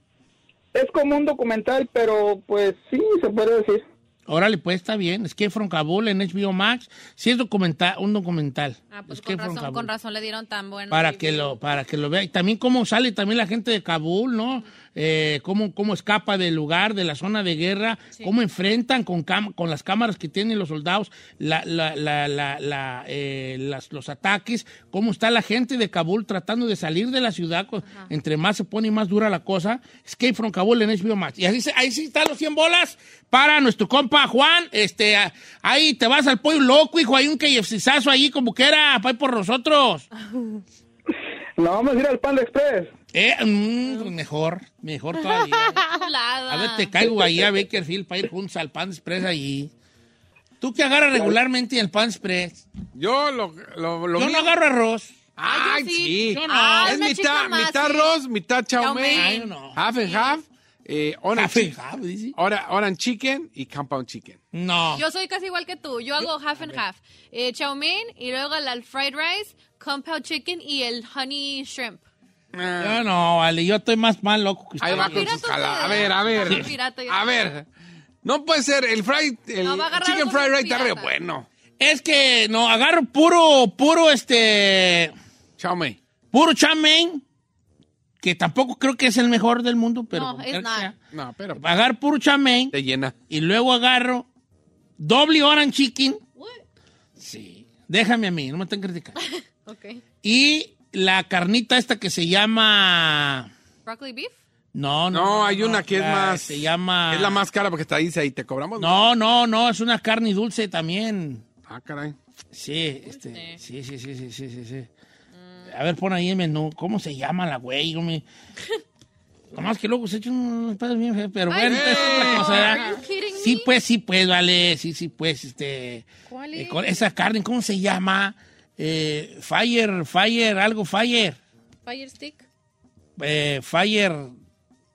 Speaker 6: Es como un documental, pero pues sí, se puede decir.
Speaker 1: Órale, pues está bien. Es que from Kabul en HBO Max. Sí es documental, un documental.
Speaker 3: Ah, pues
Speaker 1: Escape
Speaker 3: con
Speaker 1: from
Speaker 3: razón,
Speaker 1: Kabul.
Speaker 3: con razón le dieron tan bueno.
Speaker 1: Para que lo, para que lo vea. Y también cómo sale también la gente de Kabul, ¿no? Eh, cómo, cómo escapa del lugar, de la zona de guerra, cómo enfrentan con, cam- con las cámaras que tienen los soldados la, la- la- la- la, eh, las- los ataques, cómo está la gente de Kabul tratando de salir de la ciudad. co- Entre más se pone y más dura la cosa. Escape from Kabul en HBO Max. Y así, se- ahí sí están los 100 bolas para nuestro compa Juan. Este, ah, ahí te vas al pollo loco, hijo. Hay un KFCazo ahí como que era, pa' ir por nosotros.
Speaker 6: No, vamos a ir al Panda Express.
Speaker 1: Eh, mm, mejor, mejor todavía.
Speaker 3: Chulada.
Speaker 1: A ver, te caigo ahí a Bakerfield para ir juntos al Pan Express allí. Tú que agarras regularmente el Pan Express.
Speaker 2: Yo lo, lo, lo
Speaker 1: Yo
Speaker 2: mío-
Speaker 1: no agarro arroz.
Speaker 2: Ay,
Speaker 3: yo sí.
Speaker 2: sí.
Speaker 1: Yo no.
Speaker 3: Ah,
Speaker 2: es
Speaker 3: una
Speaker 2: mitad,
Speaker 3: chica más,
Speaker 2: mitad
Speaker 3: sí.
Speaker 2: arroz, mitad chow mein,
Speaker 3: mein. Ay,
Speaker 1: yo no.
Speaker 2: half and half, eh, orange,
Speaker 1: Café.
Speaker 2: chicken, ora- orange chicken y compound chicken.
Speaker 1: No.
Speaker 3: Yo soy casi igual que tú. Yo hago half and half. Eh, chow mein y luego el, el fried rice, compound chicken y el honey shrimp.
Speaker 1: Yo no, vale. Yo estoy más mal loco que
Speaker 2: Ah. Ahí
Speaker 1: usted.
Speaker 2: va con
Speaker 3: pirata
Speaker 2: sus jaladas. A
Speaker 3: usted,
Speaker 2: ver, a ver.
Speaker 3: Sí. pirata, yo
Speaker 2: A
Speaker 1: Ah.
Speaker 3: no.
Speaker 2: ver. No puede ser, el fried, el
Speaker 3: No, va a agarrar
Speaker 2: chicken
Speaker 3: algo
Speaker 2: fried
Speaker 3: bien
Speaker 2: rice está re
Speaker 3: pirata.
Speaker 2: bueno.
Speaker 1: Es que no, agarro puro, puro este.
Speaker 2: Chow mein.
Speaker 1: Puro chamen. Que tampoco creo que es el mejor del mundo, pero.
Speaker 3: No,
Speaker 1: como
Speaker 3: es
Speaker 1: quiera que
Speaker 3: nada.
Speaker 1: sea.
Speaker 2: eh, No, pero
Speaker 1: Agarro puro chamen.
Speaker 2: te llena.
Speaker 1: Y luego agarro doble orange chicken. Sí. Déjame a mí, no me estén criticando.
Speaker 3: Ok.
Speaker 1: Y la carnita esta que se llama...
Speaker 3: Broccoli beef.
Speaker 1: No, no.
Speaker 2: No, hay una que es
Speaker 1: la-
Speaker 2: más.
Speaker 1: Se llama...
Speaker 2: Es la más cara porque te dice y te cobramos.
Speaker 1: No, no, no, es una carne dulce también.
Speaker 2: Ah, caray.
Speaker 1: Sí, este, sí, sí, sí, sí, sí, sí, sí. A ver, pon ahí el menú. ¿Cómo se llama la güey? Hombre? Nomás que luego se echan unos padres bien feos, pero bueno, esa es otra cosa, ¿verdad?
Speaker 3: Are you kidding me?
Speaker 1: Sí, pues, sí, pues, vale, sí, sí, pues, este...
Speaker 3: ¿Cuál
Speaker 1: eh,
Speaker 3: es?
Speaker 1: con esa carne, ¿cómo se llama? Eh, fire, fire, algo fire.
Speaker 3: Fire stick.
Speaker 1: eh, Fire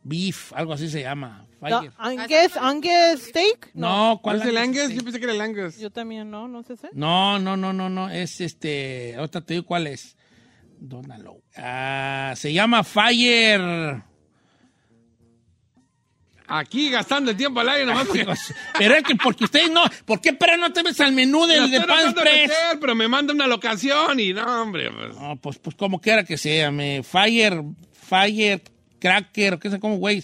Speaker 1: Beef, algo así se llama.
Speaker 5: No,
Speaker 1: Fire.
Speaker 3: Ah,
Speaker 5: Angus, Angus Steak.
Speaker 1: No, ¿cuál
Speaker 2: ¿Cuál es el
Speaker 1: Angus?
Speaker 2: Angus? Yo pensé que era el Angus.
Speaker 5: Yo también, no, no sé sé.
Speaker 1: No, no, no, no, no. Es este. Ahorita te digo cuál es. Donalo. Ah, se llama Fire.
Speaker 2: Aquí gastando el tiempo al aire nomás. porque-
Speaker 1: Pero es que porque ustedes no. ¿Por qué pero no te ves al menú
Speaker 2: La
Speaker 1: del de
Speaker 2: estoy
Speaker 1: Pan
Speaker 2: tratando de
Speaker 1: Express?
Speaker 2: meter, pero me manda una locación y no, hombre. pues.
Speaker 1: No, pues, pues como quiera que sea, me Fire, Fire, Cracker, qué sé cómo, güey.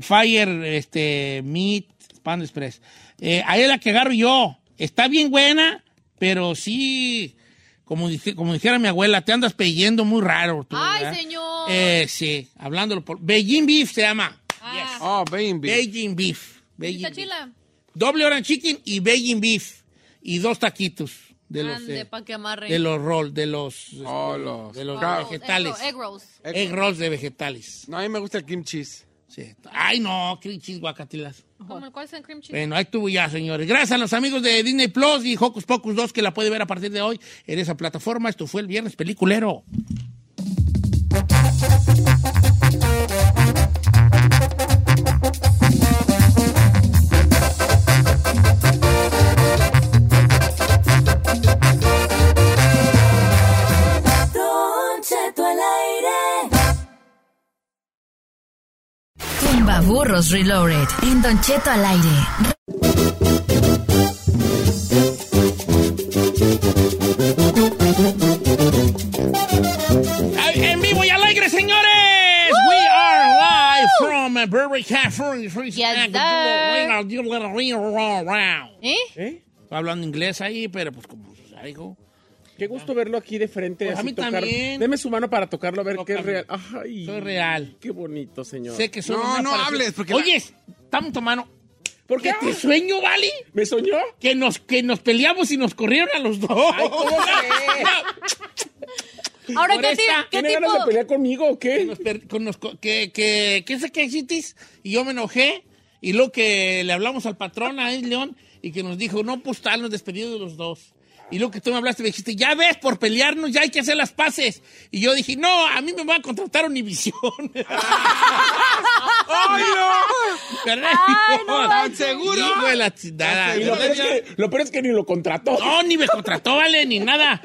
Speaker 1: Fire, este, Meat, Pan Express. Eh, ahí es la que agarro yo. Está bien buena, pero sí, como, dice- como dijera mi abuela, te andas peyendo muy raro. tú,
Speaker 3: Ay,
Speaker 1: ¿verdad?
Speaker 3: señor.
Speaker 1: Eh, sí, hablándolo por... Beijing Beef se llama.
Speaker 3: Ah.
Speaker 2: Oh, baby.
Speaker 1: Beijing Beef. Beijing
Speaker 3: ¿Está
Speaker 1: Beef.
Speaker 3: chila?
Speaker 1: Doble orange chicken y Beijing Beef. Y dos taquitos de los...
Speaker 3: Ande,
Speaker 1: eh,
Speaker 3: pa' que amarre.
Speaker 1: de los roll, de los, este,
Speaker 2: Oh, los-
Speaker 1: de los
Speaker 3: Rolls,
Speaker 1: vegetales.
Speaker 3: Egg, rolls.
Speaker 1: Egg, rolls de vegetales.
Speaker 2: Eh, No, a mí me gusta el cream cheese.
Speaker 1: Sí. Ay, no, qué chis guacatilas.
Speaker 3: ¿Cómo el cual es en cream cheese?
Speaker 1: Bueno, ahí estuvo ya, señores. Gracias a los amigos de Disney Plus y Hocus Pocus 2 que la puede ver a partir de hoy en esa plataforma. Esto fue el viernes peliculero.
Speaker 4: Don Cheto al aire.
Speaker 9: Tumba Burros Reloaded. En Don Cheto al aire.
Speaker 1: Ay, En vivo y alegre, señores. We are live from uh, Burbank, California.
Speaker 3: Yes, ¿Eh?
Speaker 10: ¿Eh?
Speaker 1: Estoy hablando inglés ahí, pero pues como algo.
Speaker 10: Qué gusto verlo aquí de frente.
Speaker 1: Pues a
Speaker 10: así
Speaker 1: mí también.
Speaker 10: Deme su mano para tocarlo a ver qué es
Speaker 1: Tócame.
Speaker 10: real. Ay,
Speaker 1: Soy real.
Speaker 10: Qué bonito, señor.
Speaker 1: Sé que soy
Speaker 2: No,
Speaker 1: una
Speaker 2: no
Speaker 1: parecida.
Speaker 2: hables, porque la-
Speaker 1: Oye, estamos tomando.
Speaker 10: ¿Por
Speaker 1: ¿Qué
Speaker 10: qué?
Speaker 1: te sueño, Vali?
Speaker 10: ¿Me soñó?
Speaker 1: Que nos, que nos peleamos y nos corrieron a los dos.
Speaker 3: Ahora,
Speaker 1: Por
Speaker 3: ¿qué, ti-
Speaker 1: esta,
Speaker 3: qué
Speaker 10: ¿Tiene ganas de
Speaker 3: tipo?
Speaker 10: pelear conmigo o qué?
Speaker 1: Nos per- con- nos co- que, que, que sé que hicisteis? y yo me enojé y luego que le hablamos al patrón a Ed León y que nos dijo, no, pues tal, nos despedidos de los dos. Y luego que tú me hablaste, me dijiste, ya ves, por pelearnos ya hay que hacer las paces. Y yo dije, no, a mí me van a contratar Univision.
Speaker 2: ¡Ay,
Speaker 1: Pero-
Speaker 2: no! ¡Tan seguro!
Speaker 1: Hijo de la chingada.
Speaker 10: Ah, Y lo peor, es que, lo peor es que ni lo contrató.
Speaker 1: No, ni me contrató, vale, ni nada.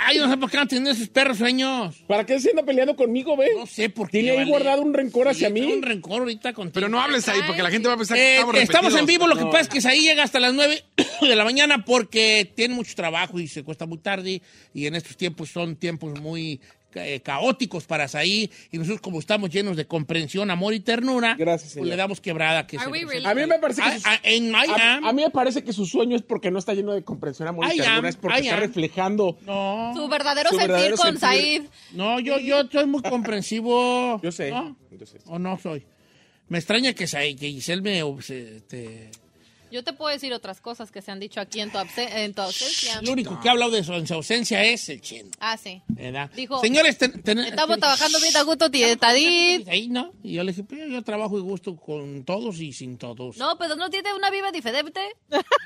Speaker 1: Ay, no sé por qué han tenido esos perros sueños.
Speaker 10: ¿Para qué se anda peleando conmigo, ve?
Speaker 1: No sé por qué.
Speaker 10: ¿Tiene ahí
Speaker 1: vale.
Speaker 10: guardado un rencor hacia
Speaker 1: Sí,
Speaker 10: mí?
Speaker 1: tengo Un rencor ahorita contigo.
Speaker 2: Pero no hables ahí porque la gente va a pensar que
Speaker 1: Eh,
Speaker 2: estamos
Speaker 1: estamos
Speaker 2: repetidos.
Speaker 1: en vivo, lo que pasa es que ahí llega hasta las 9 de la mañana porque tiene mucho trabajo y se cuesta muy tarde y en estos tiempos son tiempos muy eh, caóticos para Saí y nosotros como estamos llenos de comprensión, amor y ternura,
Speaker 10: Gracias,
Speaker 1: pues
Speaker 10: señor.
Speaker 1: le damos quebrada que
Speaker 3: Are
Speaker 1: se Ah,
Speaker 3: we
Speaker 1: presente.
Speaker 10: A mí me parece que
Speaker 1: I-
Speaker 10: sus-
Speaker 1: I- and I
Speaker 10: a,
Speaker 1: am.
Speaker 10: a mí me parece que su sueño es porque no está lleno de comprensión amor
Speaker 1: I
Speaker 10: y
Speaker 1: am,
Speaker 10: ternura, es porque
Speaker 1: I
Speaker 10: está
Speaker 1: am.
Speaker 10: reflejando.
Speaker 1: No,
Speaker 3: Su verdadero
Speaker 10: Su
Speaker 3: sentir
Speaker 10: verdadero
Speaker 3: con
Speaker 10: sentir.
Speaker 3: Said.
Speaker 1: no, yo, yo soy muy comprensivo.
Speaker 10: Yo sé.
Speaker 1: ¿no?
Speaker 10: yo sé.
Speaker 1: ¿O no soy? Me extraña que, Saí- que Giselle me... obs- este,
Speaker 3: Yo te puedo decir otras cosas que se han dicho aquí en tu, abse- en tu ausencia.
Speaker 1: Lo único que ha hablado de su, en su ausencia es el chino.
Speaker 3: Ah, sí.
Speaker 1: ¿verdad?
Speaker 3: Dijo,
Speaker 1: Señores, ten- ten-
Speaker 3: Estamos
Speaker 1: ten-
Speaker 3: trabajando bien a gusto, Tadit.
Speaker 1: Ahí, ¿no? Y yo le dije, pues, yo trabajo y gusto con todos y sin todos.
Speaker 3: No, pero no tiene una viva diferente.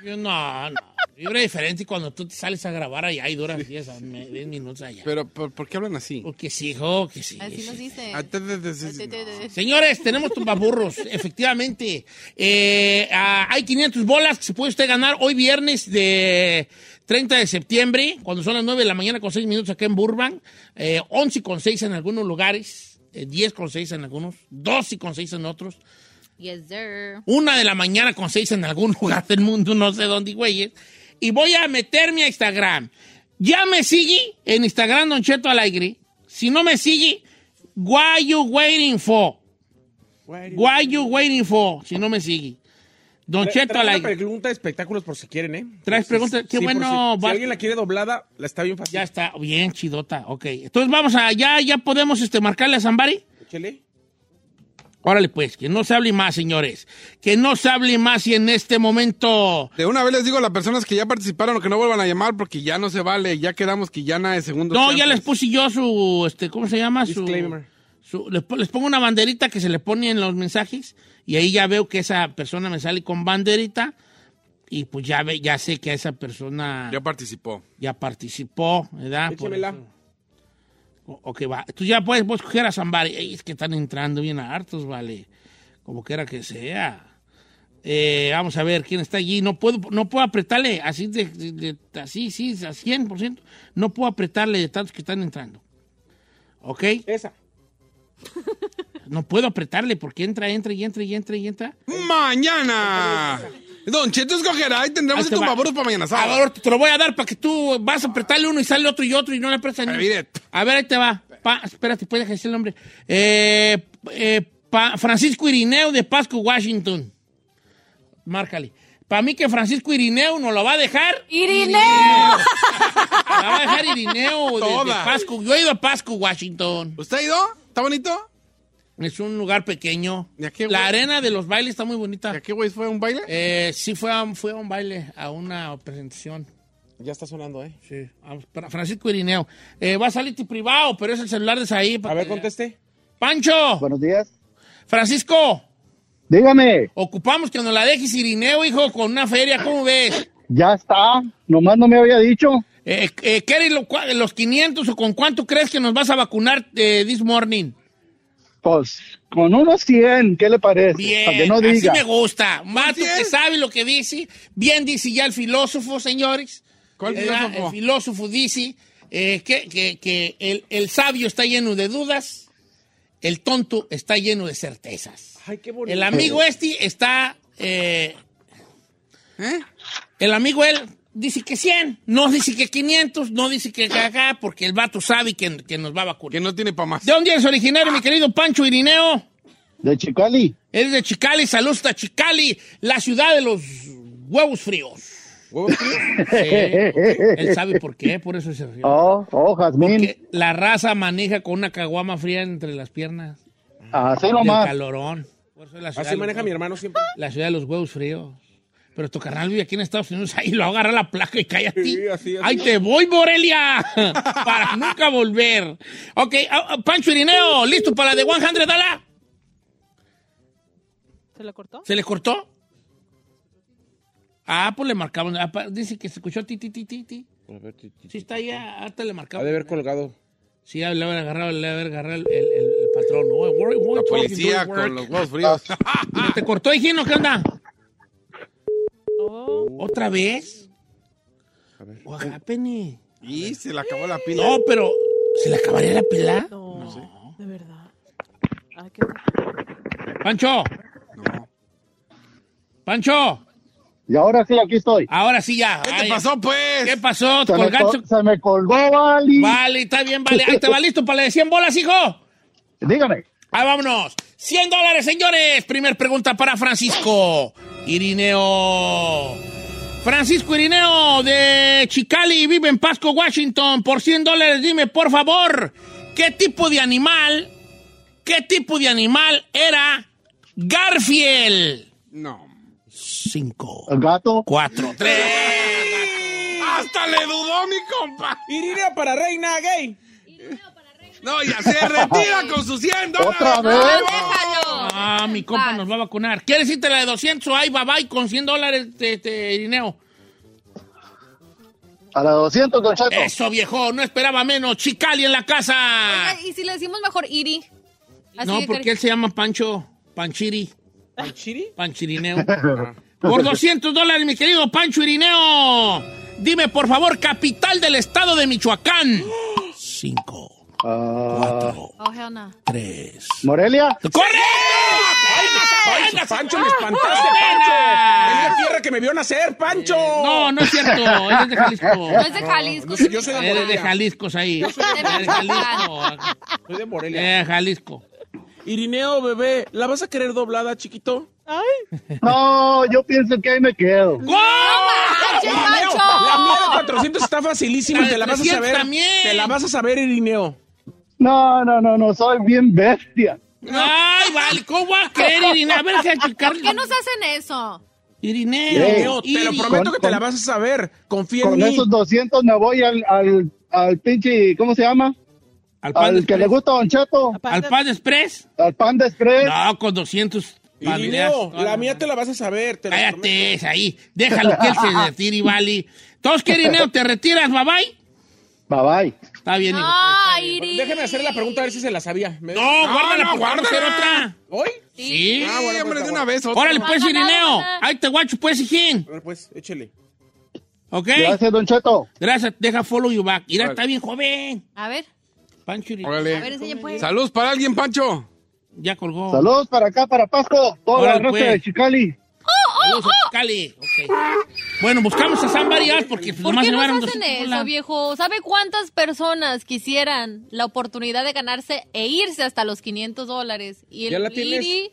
Speaker 1: Yo, no, no. Yo era diferente cuando tú te sales a grabar allá y duras 10 a- me- 10 minutos allá.
Speaker 2: Pero, ¿por, por qué hablan así?
Speaker 1: Porque sí, hijo, que sí.
Speaker 3: Así nos dice.
Speaker 2: Ah, te- te- te- te-
Speaker 3: Te- te- te-
Speaker 1: Señores, tenemos tumbaburros, efectivamente. Eh, ah, hay 500 bolas que se puede usted ganar hoy viernes de 30 de septiembre, cuando son las 9 de la mañana con 6 minutos acá en Burbank, eh, 11 con 6 en algunos lugares, eh, 10 con 6 en algunos, 12 con 6 en otros,
Speaker 3: Yes, sir.
Speaker 1: una de la mañana con seis en algún lugar del mundo, no sé dónde, güeyes. Y voy a meterme a Instagram. Ya me sigue en Instagram, Don Cheto Alegre. Si no me sigue, why you waiting for? Why you waiting for? Si no me sigue. Don
Speaker 10: Tra-
Speaker 1: Cheto
Speaker 10: traigo una
Speaker 1: Alegre.
Speaker 10: pregunta de espectáculos por si quieren, ¿eh?
Speaker 1: Traes
Speaker 10: Sí,
Speaker 1: preguntas.
Speaker 10: sí,
Speaker 1: Qué
Speaker 10: sí, por
Speaker 1: bueno,
Speaker 10: Si, si
Speaker 1: Val-
Speaker 10: alguien la quiere doblada, la está bien fácil.
Speaker 1: Ya está, bien chidota, ok. Entonces vamos allá, ya podemos este, marcarle a Zambari.
Speaker 10: Échele.
Speaker 1: Órale pues, que no se hable más, señores. Que no se hable más y en este momento...
Speaker 2: De una vez les digo a las personas que ya participaron que no vuelvan a llamar porque ya no se vale, ya quedamos que ya nada de segundo.
Speaker 1: No,
Speaker 2: chance.
Speaker 1: ya les puse yo su, este, ¿cómo se llama? Su,
Speaker 10: Disclaimer.
Speaker 1: su- les, po- les pongo una banderita que se le pone en los mensajes y ahí ya veo que esa persona me sale con banderita y pues ya, ve, ya sé que esa persona
Speaker 2: Ya participó.
Speaker 1: ya participó, ¿verdad? Por
Speaker 10: Échemela.
Speaker 1: eso. O- Ok, va. Tú ya puedes, puedes coger a Zambari. Ey, Es que están entrando bien hartos, vale. Como quiera que sea. Eh, vamos a ver quién está allí. No puedo, no puedo apretarle así, de, de- de- así, sí, a 100%. No puedo apretarle de tantos que están entrando. ¿Ok?
Speaker 10: Esa.
Speaker 1: No puedo apretarle porque entra, entra y entra y entra y entra.
Speaker 2: Mañana. Don Cheto escogerá y tendremos
Speaker 1: Ahí te
Speaker 2: estos
Speaker 1: va.
Speaker 2: pavoros para mañana.
Speaker 1: A
Speaker 2: sábado.
Speaker 1: ver, te lo voy a dar para que tú vas a apretarle uno y sale otro y otro y no le apretas ni uno.
Speaker 2: mire.
Speaker 1: A ver, ahí te va. Pa- espérate, puedes decir el nombre. Eh, eh, pa- Francisco Irineo de Pasco, Washington. Márcale. Para mí que Francisco Irineo nos lo va a dejar.
Speaker 3: ¡Irineo!
Speaker 1: La va a dejar Irineo de- de,
Speaker 2: Toda.
Speaker 1: Pasco. Yo he ido a Pasco, Washington.
Speaker 2: ¿Usted ha ido? ¿Está bonito?
Speaker 1: Es un lugar pequeño.
Speaker 2: ¿Y a qué
Speaker 1: La
Speaker 2: güey?
Speaker 1: arena de los bailes está muy bonita.
Speaker 2: ¿Y ¿Aquí, güey, fue a un baile?
Speaker 1: Eh, sí, fue a, fue a un baile, a una presentación.
Speaker 10: Ya está sonando, ¿eh?
Speaker 1: Sí, a- para Francisco Irineo. Eh, va a salir tu privado, pero es el celular de ahí.
Speaker 10: A ver, conteste.
Speaker 1: Pancho,
Speaker 11: Buenos días.
Speaker 1: Francisco,
Speaker 11: Dígame,
Speaker 1: ocupamos que nos la dejes Irineo, hijo, con una feria, ¿cómo ves?
Speaker 11: ya está. Nomás no me había dicho.
Speaker 1: Eh, eh, ¿quieres lo cua- los 500 o con cuánto crees que nos vas a vacunar eh, this morning?
Speaker 11: Pues con unos 100, ¿qué le parece? pues, Para que
Speaker 1: Bien,
Speaker 11: no
Speaker 1: así
Speaker 11: diga.
Speaker 1: me gusta. Mato que sabe lo que dice. Bien dice ya el filósofo, señores.
Speaker 2: ¿Cuál
Speaker 1: ¿Verdad?
Speaker 2: filósofo?
Speaker 1: El filósofo dice eh, que, que- que el, el sabio está lleno de dudas, el tonto está lleno de certezas.
Speaker 10: Ay, qué bonito.
Speaker 1: El amigo este está... eh, El amigo él dice que 100, no dice que 500, no dice que acá, porque el vato sabe que, que nos va a vacunar.
Speaker 2: Que no tiene para más.
Speaker 1: ¿De dónde eres originario, mi querido Pancho Irineo?
Speaker 11: De Chicali.
Speaker 1: Eres de Chicali, saludos hasta Chicali, la ciudad de los huevos fríos. Sí, él sabe por qué, por eso se rió.
Speaker 11: Oh, oh, Jazmín.
Speaker 1: Que la raza maneja con una caguama fría entre las piernas.
Speaker 11: Así
Speaker 1: Del
Speaker 11: nomás.
Speaker 1: calorón. Por eso es la ciudad
Speaker 10: Así
Speaker 1: de los
Speaker 10: maneja
Speaker 1: huevos-
Speaker 10: mi hermano siempre.
Speaker 1: La ciudad de los huevos fríos. Pero tu carnal vive aquí en Estados Unidos, ahí lo agarra la placa y cállate.
Speaker 10: Sí, así, así.
Speaker 1: ¡Ahí te voy, Morelia! para nunca volver. Ok, ah, ah, Pancho Irineo, ¿listo para la de 100 Dala?
Speaker 5: ¿Se la cortó?
Speaker 1: ¿Se le cortó? Ah, pues le marcamos. Ah, pa- Dice que se escuchó ti, ti, ti, ti, ti.
Speaker 10: A ver, ti, ti,
Speaker 1: Sí,
Speaker 10: ti.
Speaker 1: está ahí, ah, ahorita le
Speaker 10: Ha
Speaker 1: marcamos.
Speaker 10: de haber colgado.
Speaker 1: Sí, ah, le haber agarrado, le haber agarrado el, el- el- el patrón. Oye, we're- we're
Speaker 2: La
Speaker 1: talking,
Speaker 2: policía
Speaker 1: doing work.
Speaker 2: con los huevos fríos.
Speaker 1: ¿Te cortó, Higino? ¿Qué onda?
Speaker 5: Oh.
Speaker 1: ¿Otra vez?
Speaker 10: A ver.
Speaker 1: What happened?
Speaker 2: y se le acabó la pila.
Speaker 1: No, pero ¿se le acabaría la pila?
Speaker 5: No, de verdad. Ay, qué...
Speaker 1: Pancho. Pancho,
Speaker 11: Y ahora sí, aquí estoy.
Speaker 1: ahora sí ya.
Speaker 2: ¿Qué te
Speaker 1: Ay,
Speaker 2: pasó, pues?
Speaker 1: ¿Qué pasó?
Speaker 11: Se me,
Speaker 1: Colgaste-
Speaker 11: col- se me colgó, Vali.
Speaker 1: Vale, está bien, vale. Ahí te va listo para la de 100 bolas, hijo.
Speaker 11: Dígame.
Speaker 1: Ahí vámonos. 100 dólares, señores. Primer pregunta para Francisco Irineo. Francisco Irineo de Chicali vive en Pasco, Washington. Por 100 dólares, dime, por favor, ¿qué tipo de animal, qué tipo de animal era Garfield?
Speaker 2: No.
Speaker 1: 5,
Speaker 11: El gato.
Speaker 1: 4, 3.
Speaker 2: ¡Hasta le dudó mi compa!
Speaker 10: Irina para reina gay.
Speaker 2: No, ya se retira con sus 100 dólares.
Speaker 11: Otra
Speaker 3: ¡No,
Speaker 11: vez.
Speaker 3: déjalo!
Speaker 1: Ah, mi compa
Speaker 3: Vas.
Speaker 1: nos va a vacunar. ¿Quieres irte la de 200? Ahí va, bye, con 100 dólares, de, Irineo.
Speaker 11: A la 200, don Cheto.
Speaker 1: Eso, viejo, no esperaba menos. Chicali en la casa.
Speaker 3: Oiga, Y si le decimos mejor Iri. Así
Speaker 1: Ah. no,
Speaker 3: que-
Speaker 1: porque él se llama Pancho Panchiri,
Speaker 10: ¿Panchiri?
Speaker 1: Panchirineo. Por 200 dólares, mi querido Pancho Irineo. Dime, por favor, capital del estado de Michoacán. 5,
Speaker 11: Ah,
Speaker 1: 4,
Speaker 3: Oh, hell no.
Speaker 1: 3.
Speaker 11: Morelia.
Speaker 1: ¡Correcto!
Speaker 10: Pancho, Pancho,
Speaker 1: Ah,
Speaker 10: me espantaste,
Speaker 1: ¡Buena!
Speaker 10: Pancho. Es la tierra que me vio nacer, Pancho.
Speaker 1: No, no es cierto. Él es de Jalisco.
Speaker 3: Ah. No es de Jalisco.
Speaker 10: Yo soy de
Speaker 1: Él es de
Speaker 10: Morelia.
Speaker 1: Jalisco, es ahí. Él es de Jalisco.
Speaker 10: Soy de Morelia.
Speaker 1: Eh, Jalisco.
Speaker 10: Irineo, bebé, ¿la vas a querer doblada, chiquito?
Speaker 5: Ay,
Speaker 11: No, yo pienso que ahí me quedo.
Speaker 1: ¡Gol!
Speaker 3: ¡Manches,
Speaker 10: Irineo, La mía de 400 está facilísima
Speaker 1: La
Speaker 10: y te
Speaker 1: de
Speaker 10: la vas a
Speaker 1: 300
Speaker 10: saber.
Speaker 1: también.
Speaker 10: Te la vas a saber, Irineo.
Speaker 11: No, no, no, no, soy bien bestia.
Speaker 1: ¡Ay, vale! ¿Cómo va a creer, Irineo? A ver, checar.
Speaker 3: ¿Por qué nos hacen eso?
Speaker 1: Irineo.
Speaker 10: Irineo, te lo
Speaker 1: Iri.
Speaker 10: prometo
Speaker 11: Con-
Speaker 10: que te
Speaker 11: con-
Speaker 10: la vas a saber. Confía en
Speaker 11: Con
Speaker 10: mí.
Speaker 11: esos 200 me voy al, al, al pinche, ¿cómo se llama?
Speaker 1: Al pan
Speaker 11: Al que le
Speaker 1: express.
Speaker 11: gusta a Don Cheto,
Speaker 1: ¿Al Pan Express?
Speaker 11: al pan de express.
Speaker 1: No, con 200. familias.
Speaker 10: Irineo, la mía te la vas a saber. Te la prometo.
Speaker 1: Cállate, es ahí. Déjalo que él se retire y vale. Todos que Irineo, te retiras, bye bye.
Speaker 11: Bye bye.
Speaker 1: Está bien, hijo.
Speaker 3: Ah, Iri.
Speaker 10: Déjame hacer la pregunta a ver si se la sabía. ¿Me-
Speaker 1: No, guárdala,
Speaker 2: no,
Speaker 1: porque vamos a hacer
Speaker 2: guárdala.
Speaker 1: otra.
Speaker 10: ¿Hoy?
Speaker 1: Sí.
Speaker 10: Ah, bueno,
Speaker 2: Sí,
Speaker 10: pues
Speaker 2: una vez otro.
Speaker 1: Órale, pues,
Speaker 2: Ándale,
Speaker 1: Irineo.
Speaker 2: ándale.
Speaker 1: Ahí te guacho, pues, hijín.
Speaker 10: A ver, pues, échele.
Speaker 1: ¿Ok?
Speaker 11: Gracias, Don Cheto.
Speaker 1: Gracias, deja follow you back. Mira,
Speaker 2: Órale.
Speaker 1: está bien joven.
Speaker 3: A ver.
Speaker 1: Pancho Irineo.
Speaker 2: Órale.
Speaker 3: A ver, enseña, pues.
Speaker 2: Saludos para alguien, Pancho.
Speaker 1: Ya colgó.
Speaker 11: Saludos para acá, para Pasco. Toda la
Speaker 1: Órale,
Speaker 11: raza
Speaker 1: pues.
Speaker 11: de Chicali.
Speaker 3: ¡Oh,
Speaker 1: Saludos a Cali. Ok. Bueno, buscamos a San Marias porque pues,
Speaker 3: ¿Por
Speaker 1: nomás
Speaker 3: qué nos
Speaker 1: llevaron
Speaker 3: hacen
Speaker 1: 200
Speaker 3: eso,
Speaker 1: bolas.
Speaker 3: viejo? ¿Sabe cuántas personas quisieran la oportunidad de ganarse e irse hasta los 500 dólares? Y el
Speaker 10: ¿Ya la tienes?
Speaker 3: Liri,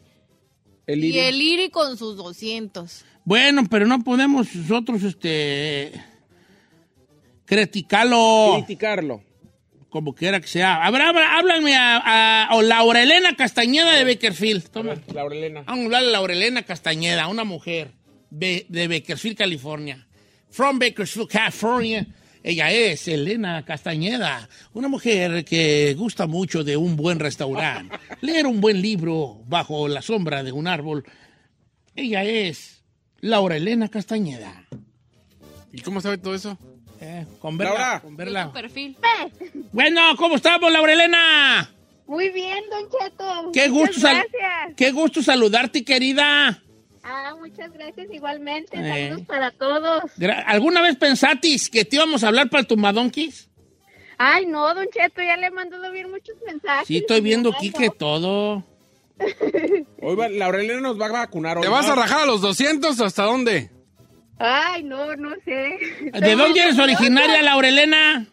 Speaker 10: El
Speaker 3: y el Liri con sus 200.
Speaker 1: Bueno, pero no podemos nosotros, este. criticarlo.
Speaker 10: Criticarlo.
Speaker 1: Como quiera que sea. Habrá, habrá- háblame a, a- o Laura Elena Castañeda de Bakersfield. Toma.
Speaker 10: Laura Elena.
Speaker 1: Vamos a hablar de Laura Elena Castañeda, una mujer de, de Bakersfield, California. From Bakersfield, California. Ella es Elena Castañeda, una mujer que gusta mucho de un buen restaurante, leer un buen libro bajo la sombra de un árbol. Ella es Laura Elena Castañeda.
Speaker 2: ¿Y cómo sabe todo eso?
Speaker 1: Eh, con verla,
Speaker 2: Laura.
Speaker 1: con verla.
Speaker 3: Su perfil.
Speaker 1: Bueno, ¿cómo estamos, Laura Elena?
Speaker 12: Muy bien, Don Cheto.
Speaker 1: Qué
Speaker 12: Muchas
Speaker 1: gusto, sal-
Speaker 12: Gracias.
Speaker 1: qué gusto saludarte, querida.
Speaker 12: Ah, muchas gracias igualmente.
Speaker 1: Eh.
Speaker 12: Saludos para todos.
Speaker 1: Gra- ¿Alguna vez pensatis que te íbamos a hablar para el Tumbadonkis?
Speaker 12: Ay, no, Don Cheto, ya le he mandado bien muchos mensajes.
Speaker 1: Sí, estoy viendo
Speaker 12: Ay,
Speaker 1: aquí
Speaker 12: no.
Speaker 1: que todo.
Speaker 10: Hoy va- Laura Elena nos va a vacunar hoy.
Speaker 2: ¿Te vas
Speaker 10: ¿no?
Speaker 2: a rajar a los 200 o hasta dónde?
Speaker 12: Ay, no, no sé.
Speaker 1: ¿De dónde eres originaria, Laura Elena?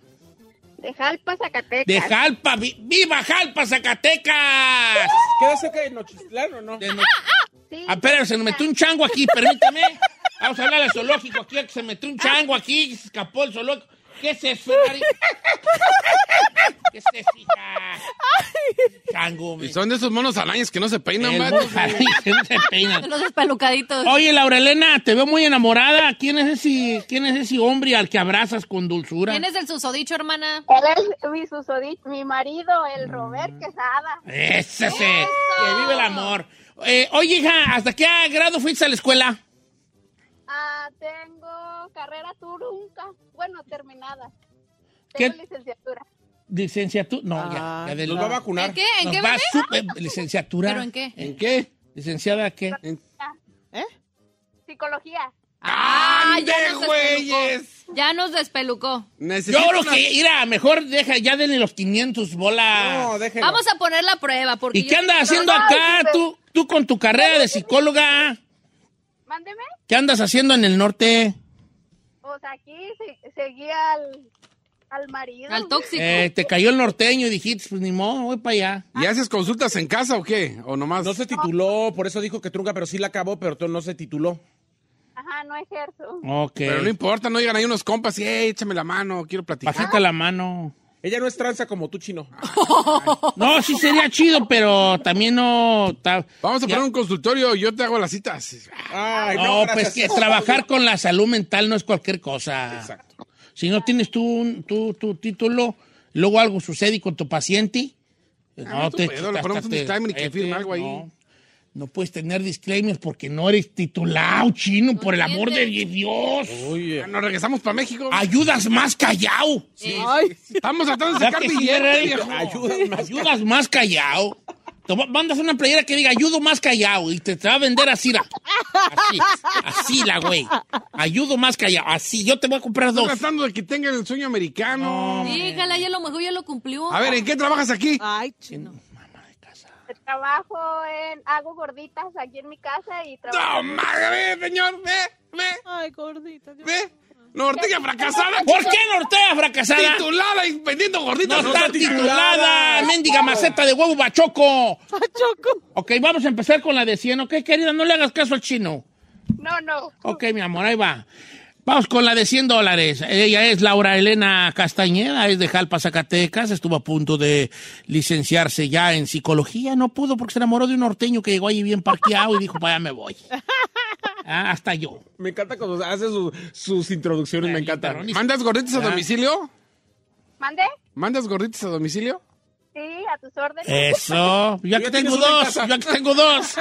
Speaker 12: De Jalpa, Zacatecas.
Speaker 1: De Jalpa. Vi- ¡Viva Jalpa, Zacatecas!
Speaker 10: ¿Queda cerca de Nochistlán o no?
Speaker 1: De no-
Speaker 12: Sí,
Speaker 1: Ah, espera, se nos metió un chango aquí, permíteme. Vamos a hablar del zoológico aquí, que se metió un chango aquí, se escapó el zoológico. ¿Qué es eso, Ferrari? ¿Qué es eso, hija? Chango, me-
Speaker 2: Y son de esos monos alañes que no se peinan,
Speaker 1: El
Speaker 2: vato.
Speaker 1: Ferrari, que no se peinan.
Speaker 3: Los despelucaditos.
Speaker 1: Oye, Laura Elena, te veo muy enamorada. ¿Quién es ese, quién es ese hombre al que abrazas con dulzura?
Speaker 3: ¿Quién es el susodicho, hermana?
Speaker 12: Él es mi susodí, mi marido,
Speaker 1: Ah.
Speaker 12: el Robert Quesada.
Speaker 1: Ese sí, que vive el amor. Eh, oye, hija, ¿hasta qué grado fuiste a la escuela?
Speaker 12: Ah, tengo carrera trunca, bueno, terminada.
Speaker 1: ¿Qué?
Speaker 12: Tengo licenciatura.
Speaker 1: Licenciatura. No, ya, ya de
Speaker 10: Ah, Nos va a vacunar.
Speaker 3: ¿En qué? ¿En
Speaker 1: Nos
Speaker 3: qué,
Speaker 1: va
Speaker 3: bebé?
Speaker 1: super- licenciatura.
Speaker 3: ¿Pero en qué?
Speaker 1: ¿En qué? ¿Licenciada qué?
Speaker 12: Psicología.
Speaker 3: Ah, ya
Speaker 2: ¡Ande,
Speaker 3: nos
Speaker 2: güeyes!
Speaker 3: despelucó. Ya nos despelucó.
Speaker 2: Necesito
Speaker 1: Yo creo
Speaker 2: una-
Speaker 1: que, mira, mejor deja, ya denle los 500 bolas.
Speaker 10: No, déjelo.
Speaker 3: Vamos a poner la prueba. Porque
Speaker 1: Ah. ¿Y
Speaker 3: yo-
Speaker 1: qué andas haciendo acá tú, tú con tu carrera de psicóloga?
Speaker 12: Mándeme.
Speaker 1: ¿Qué andas haciendo en el norte?
Speaker 12: Pues aquí se- seguí al, al marido.
Speaker 3: Al tóxico.
Speaker 1: Eh, te cayó el norteño y dijiste, pues ni modo, voy para allá.
Speaker 2: ¿Y haces consultas en casa o qué? ¿O nomás?
Speaker 10: No se tituló, por eso dijo que trunca, pero sí la acabó, pero tú no se tituló.
Speaker 12: Ajá, no ejerzo.
Speaker 1: Ok.
Speaker 2: Pero no importa, no llegan ahí unos compas y, "Ey, échame la mano, quiero platicar.
Speaker 1: Pasita la mano.
Speaker 10: Ella no es tranza como tú, chino.
Speaker 1: No, sí sería chido, pero también no... ta-
Speaker 2: Vamos a
Speaker 1: Ya-
Speaker 2: poner un consultorio, yo te hago las citas. Ah,
Speaker 10: Ay,
Speaker 1: No, pues
Speaker 10: gracias.
Speaker 1: que trabajar con la salud mental no es cualquier cosa.
Speaker 10: Exacto.
Speaker 1: Si no tienes tú un- tu, tu título, luego algo sucede y con tu paciente.
Speaker 2: no es tu pedo, le ponemos un disclaimer y que firme algo ahí.
Speaker 1: eh, No, no puedes tener disclaimers porque no eres titulado, chino, por el amor de Dios.
Speaker 2: Ah, Nos regresamos para México.
Speaker 1: Ayudas más callao.
Speaker 5: Ay,
Speaker 2: Estamos tratando de
Speaker 1: ¿Verdad
Speaker 2: sacar
Speaker 1: que sí,
Speaker 2: billetes,
Speaker 1: Ferrari?
Speaker 2: viejo.
Speaker 10: Ayuda más.
Speaker 1: Ayudas más callao. Te mo- mandas una playera que diga ayudo más callao y te, te va a vender así la. Así, así la güey. Ayudo más callao. Así, yo te voy a comprar
Speaker 2: Estoy
Speaker 1: dos.
Speaker 2: tratando de que tengan el sueño americano.
Speaker 3: Dígala, ya lo mejor ya lo cumplió.
Speaker 2: A ver, ¿en qué trabajas aquí?
Speaker 5: ay, chino.
Speaker 12: Trabajo en, hago gorditas aquí en mi casa y trabajo.
Speaker 2: No, madre, ve, señor, ve, ve,
Speaker 5: Ay, gordita. Dios.
Speaker 2: ve. Norteña fracasada,
Speaker 1: ¿Por qué Nortea fracasada?
Speaker 2: titulada y vendiendo
Speaker 1: No
Speaker 2: gorditas.
Speaker 1: está titulada, mendiga maceta de huevo bachoco.
Speaker 5: Choco.
Speaker 1: Ok, vamos a empezar con la de 100. Ok, querida, no le hagas caso al chino.
Speaker 12: No, no.
Speaker 1: Ok, mi amor, ahí va. Vamos con la de 100 dólares. Ella es Laura Elena Castañeda, es de Jalpa, Zacatecas. Estuvo a punto de licenciarse ya en psicología. No pudo porque se enamoró de un norteño que llegó allí bien parqueado y dijo, vaya, me voy. Ah, hasta yo.
Speaker 10: Me encanta cuando hace sus- sus introducciones, me encanta.
Speaker 1: Perrón, y-
Speaker 2: ¿Mandas gorditas a
Speaker 1: Ya.
Speaker 2: domicilio?
Speaker 12: ¿Mande?
Speaker 2: ¿Mandas gorditas a domicilio?
Speaker 12: Sí, a tus órdenes.
Speaker 1: Eso. Yo aquí
Speaker 10: ya
Speaker 1: tengo
Speaker 10: tienes una en
Speaker 1: dos.
Speaker 10: casa.
Speaker 1: Yo aquí tengo dos.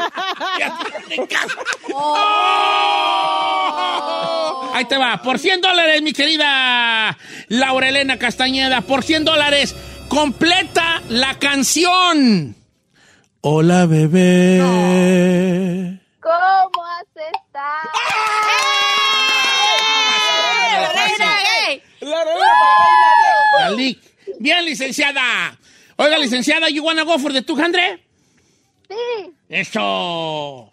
Speaker 1: Ya tengo en casa. ¡Oh! Ahí te va. Por 100 dólares, mi querida Laura Elena Castañeda. Por 100 dólares, completa la canción. Hola, bebé.
Speaker 12: ¿Cómo has estado?
Speaker 1: ¡La reina!
Speaker 10: ¡La
Speaker 1: La leak. Bien, licenciada. Oiga, licenciada, you wanna go for the 200?
Speaker 12: Sí.
Speaker 1: Eso.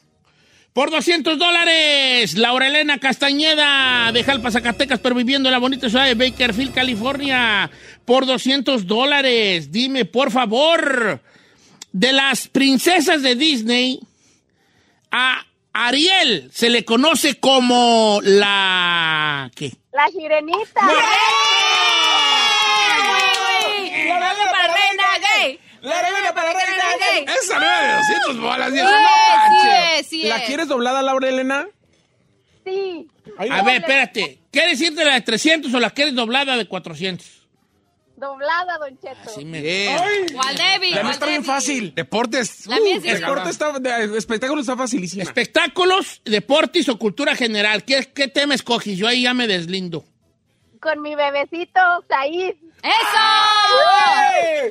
Speaker 1: Por 200 dólares, Laura Elena Castañeda de Jalpa, Zacatecas, pero viviendo en la bonita ciudad de Bakerfield, California. Por 200 dólares, dime, por favor, de las princesas de Disney, a Ariel se le conoce como la... ¿Qué?
Speaker 12: La sirenita.
Speaker 3: La reina para reina gay.
Speaker 10: La reina para reina
Speaker 3: gay.
Speaker 2: Esa no era de 200 bolas. y eso
Speaker 3: Sí,
Speaker 2: no
Speaker 3: sí
Speaker 2: manches.
Speaker 3: es, sí
Speaker 10: ¿La
Speaker 3: es.
Speaker 10: quieres doblada, Laura Elena?
Speaker 12: Sí.
Speaker 1: A ver, espérate. ¿Quieres irte la de 300 o la quieres doblada de 400?
Speaker 12: Doblada, Don Cheto.
Speaker 1: Sí, me-
Speaker 3: ¿Cuál débil?
Speaker 10: La mía
Speaker 3: ¿Cuál
Speaker 10: está bien
Speaker 3: débil?
Speaker 10: fácil.
Speaker 2: Deportes.
Speaker 3: La mía sí es
Speaker 10: Uh, Deporte está, de- espectáculo está facilísima.
Speaker 1: Espectáculos, deportes o cultura general. ¿Qué, qué tema escoges? Yo ahí ya me deslindo.
Speaker 12: Con mi bebecito, Said.
Speaker 3: ¡Eso!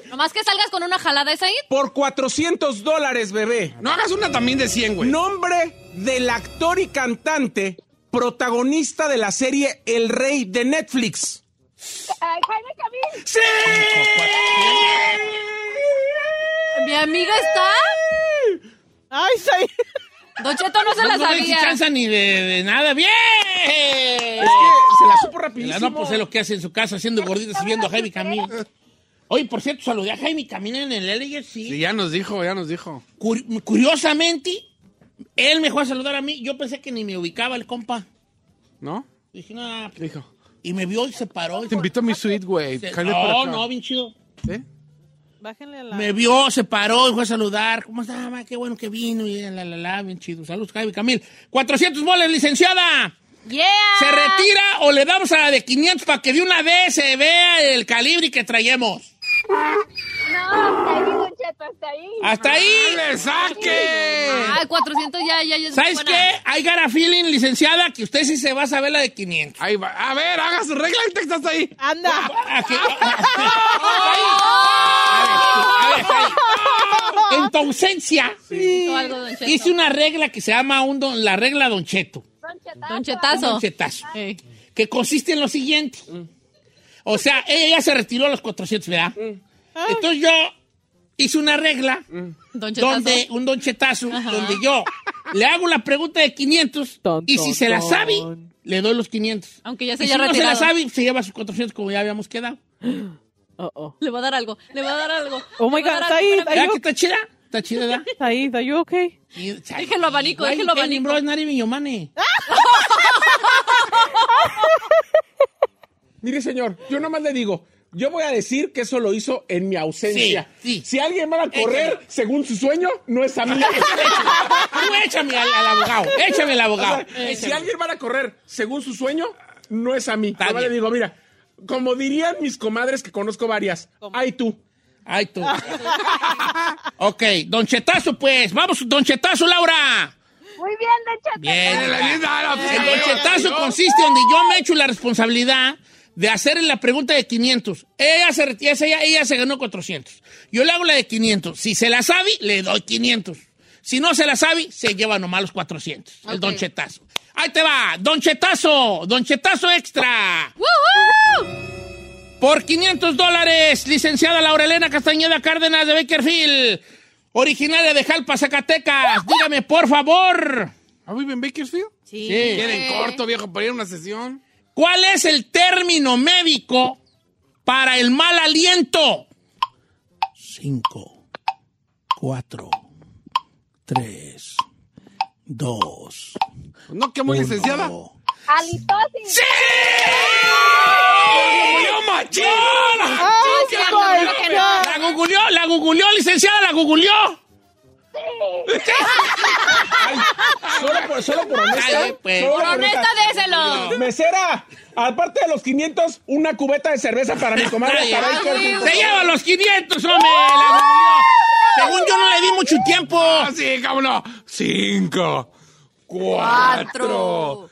Speaker 3: Nomás que salgas con una jalada, ¿es ahí?
Speaker 10: Por 400 dólares, bebé.
Speaker 2: No hagas una también de 100, güey.
Speaker 10: Nombre del actor y cantante protagonista de la serie El Rey de Netflix.
Speaker 12: Ay, Jaime Camil.
Speaker 10: ¡Sí!
Speaker 2: Eh.
Speaker 3: ¿Mi amiga está?
Speaker 5: Ay, soy.
Speaker 3: Don Cheto no se la
Speaker 1: no me di
Speaker 3: sabía.
Speaker 1: chance ni de, de nada. ¡Bien!
Speaker 10: Es que se la supo
Speaker 1: La
Speaker 10: rapidísimo.
Speaker 1: no pues, sé lo que hace en su casa haciendo gorditas y viendo a Jaime Camil. Oye, por cierto, saludé a Jaime Camil en el LGC.
Speaker 2: Sí, ya nos dijo, ya nos dijo.
Speaker 1: Cur- curiosamente, él me fue a saludar a mí. Yo pensé que ni me ubicaba el compa.
Speaker 2: ¿No?
Speaker 1: Dije, nada.
Speaker 2: Dijo.
Speaker 1: Y me vio y se paró. y-
Speaker 2: Te invito a mi suite, güey.
Speaker 1: se-
Speaker 2: Cállate por
Speaker 1: No,
Speaker 2: acá.
Speaker 1: no, bien chido.
Speaker 2: ¿Sí?
Speaker 5: Bájenle a la.
Speaker 1: Me vio, se paró y fue a saludar. ¿Cómo está, ma? Qué bueno que vino. Y la, la, la, bien chido. Saludos, Jaime Camil. 400 bolas, licenciada.
Speaker 3: ¡Yeah!
Speaker 1: ¿Se
Speaker 2: Ah.
Speaker 1: retira o le damos a la de 500 para que de una vez se vea el calibre que traemos?
Speaker 12: No, hasta
Speaker 3: Ah,
Speaker 12: ahí, Don Cheto, hasta ahí.
Speaker 1: ¡Hasta ahí!
Speaker 2: ¡Le saque!
Speaker 3: Ay, 400 ya, ya, ya. es
Speaker 1: ¿Sabes
Speaker 3: buena.
Speaker 1: qué? Hay gara feeling, licenciada, que usted sí se va a saber la de 500.
Speaker 2: Ahí va. A ver, haga su regla el texto hasta ahí.
Speaker 5: Anda.
Speaker 1: ¿A qué? A ver, a ver, a ver. En tu ausencia,
Speaker 3: O algo, Don Cheto.
Speaker 1: hice una regla que se llama un don- la regla Don Cheto.
Speaker 12: Don Chetazo.
Speaker 3: Don Chetazo.
Speaker 1: Don Chetazo.
Speaker 3: Ey.
Speaker 1: que consiste en lo siguiente. O sea, ella ya se retiró a los 400, ¿verdad? Entonces yo hice una regla
Speaker 3: Ah. Mm. Don Chetazo.
Speaker 1: donde un don chetazo,
Speaker 3: Ajá.
Speaker 1: donde yo le hago la pregunta de 500
Speaker 5: Ton,
Speaker 1: y
Speaker 5: ton,
Speaker 1: si se la
Speaker 5: ton.
Speaker 1: sabe, le doy los 500.
Speaker 3: Aunque ya se
Speaker 1: Y
Speaker 3: haya
Speaker 1: si no se la
Speaker 3: retirado.
Speaker 1: sabe, se lleva sus 400 como ya habíamos quedado.
Speaker 5: Oh, oh.
Speaker 3: Le va a dar algo, le va a dar algo.
Speaker 5: Oh my
Speaker 3: Le va
Speaker 5: God,
Speaker 3: a dar algo,
Speaker 5: Said,
Speaker 3: espérame.
Speaker 1: ¿Verdad
Speaker 5: yo-
Speaker 1: que está chida? Está chida, ¿verdad?
Speaker 5: Said, are you okay?
Speaker 1: Déjelo
Speaker 3: Déjelo abanico, déjelo abanico.
Speaker 1: Bro, es Nari Viñomane.
Speaker 10: Mire, señor, yo nomás le digo, yo voy a decir que eso lo hizo en mi ausencia.
Speaker 1: Sí, sí.
Speaker 10: Si alguien va a correr
Speaker 1: Échale.
Speaker 10: según su sueño, no es a mí.
Speaker 1: Tú échame al, al abogado, échame al
Speaker 10: O sea,
Speaker 1: abogado.
Speaker 10: si
Speaker 1: Échame.
Speaker 10: alguien va a correr según su sueño, no es a mí.
Speaker 1: Está
Speaker 10: Nomás
Speaker 1: bien.
Speaker 10: le digo, mira, como dirían mis comadres que conozco varias, ay tú.
Speaker 1: Ay, tú. ok, Don Chetazo, pues. Vamos, Don Chetazo, Laura.
Speaker 12: Muy bien, Don Cheto.
Speaker 1: Bien.
Speaker 2: La pues, linda, la-
Speaker 1: pues, El Don Chetazo consiste donde yo me echo la responsabilidad de hacerle la pregunta de 500. Ella se, retira, ella, ella se ganó 400. Yo le hago la de 500. Si se la sabe, le doy 500. Si no se la sabe, se lleva nomás los 400. El
Speaker 3: Ok.
Speaker 1: Don Chetazo. Ahí te va, Don Chetazo, Don Chetazo extra.
Speaker 3: ¡Woohoo!
Speaker 1: Por 500 dólares, licenciada Laura Elena Castañeda Cárdenas de Bakerfield, originaria de Jalpa, Zacatecas. Dígame, por favor,
Speaker 2: ¿Ah, vive en Bakersfield?
Speaker 3: Sí.
Speaker 1: Sí.
Speaker 2: Quieren corto, viejo, para ir a una sesión.
Speaker 1: ¿cuál es el término médico para el mal aliento? 5, 4, 3, 2.
Speaker 2: No, que muy licenciada.
Speaker 12: Halitosis.
Speaker 1: ¡Sí! ¡Yo machín!
Speaker 5: Ay,
Speaker 3: sí, claro que no.
Speaker 1: La googleó, la googleó, licenciada, la googleó.
Speaker 10: Solo por, solo por honesta.
Speaker 1: Ay, pues.
Speaker 10: solo por
Speaker 3: Honesta, déselo.
Speaker 10: Mesera, aparte de los 500, una cubeta de cerveza para mi comadre.
Speaker 1: Está
Speaker 10: Saray,
Speaker 1: bien.
Speaker 10: que es
Speaker 1: Se lleva los 500, hombre. La googleó. Según yo no le di mucho tiempo.
Speaker 2: Ah, sí, cómo no. Cinco, cuatro,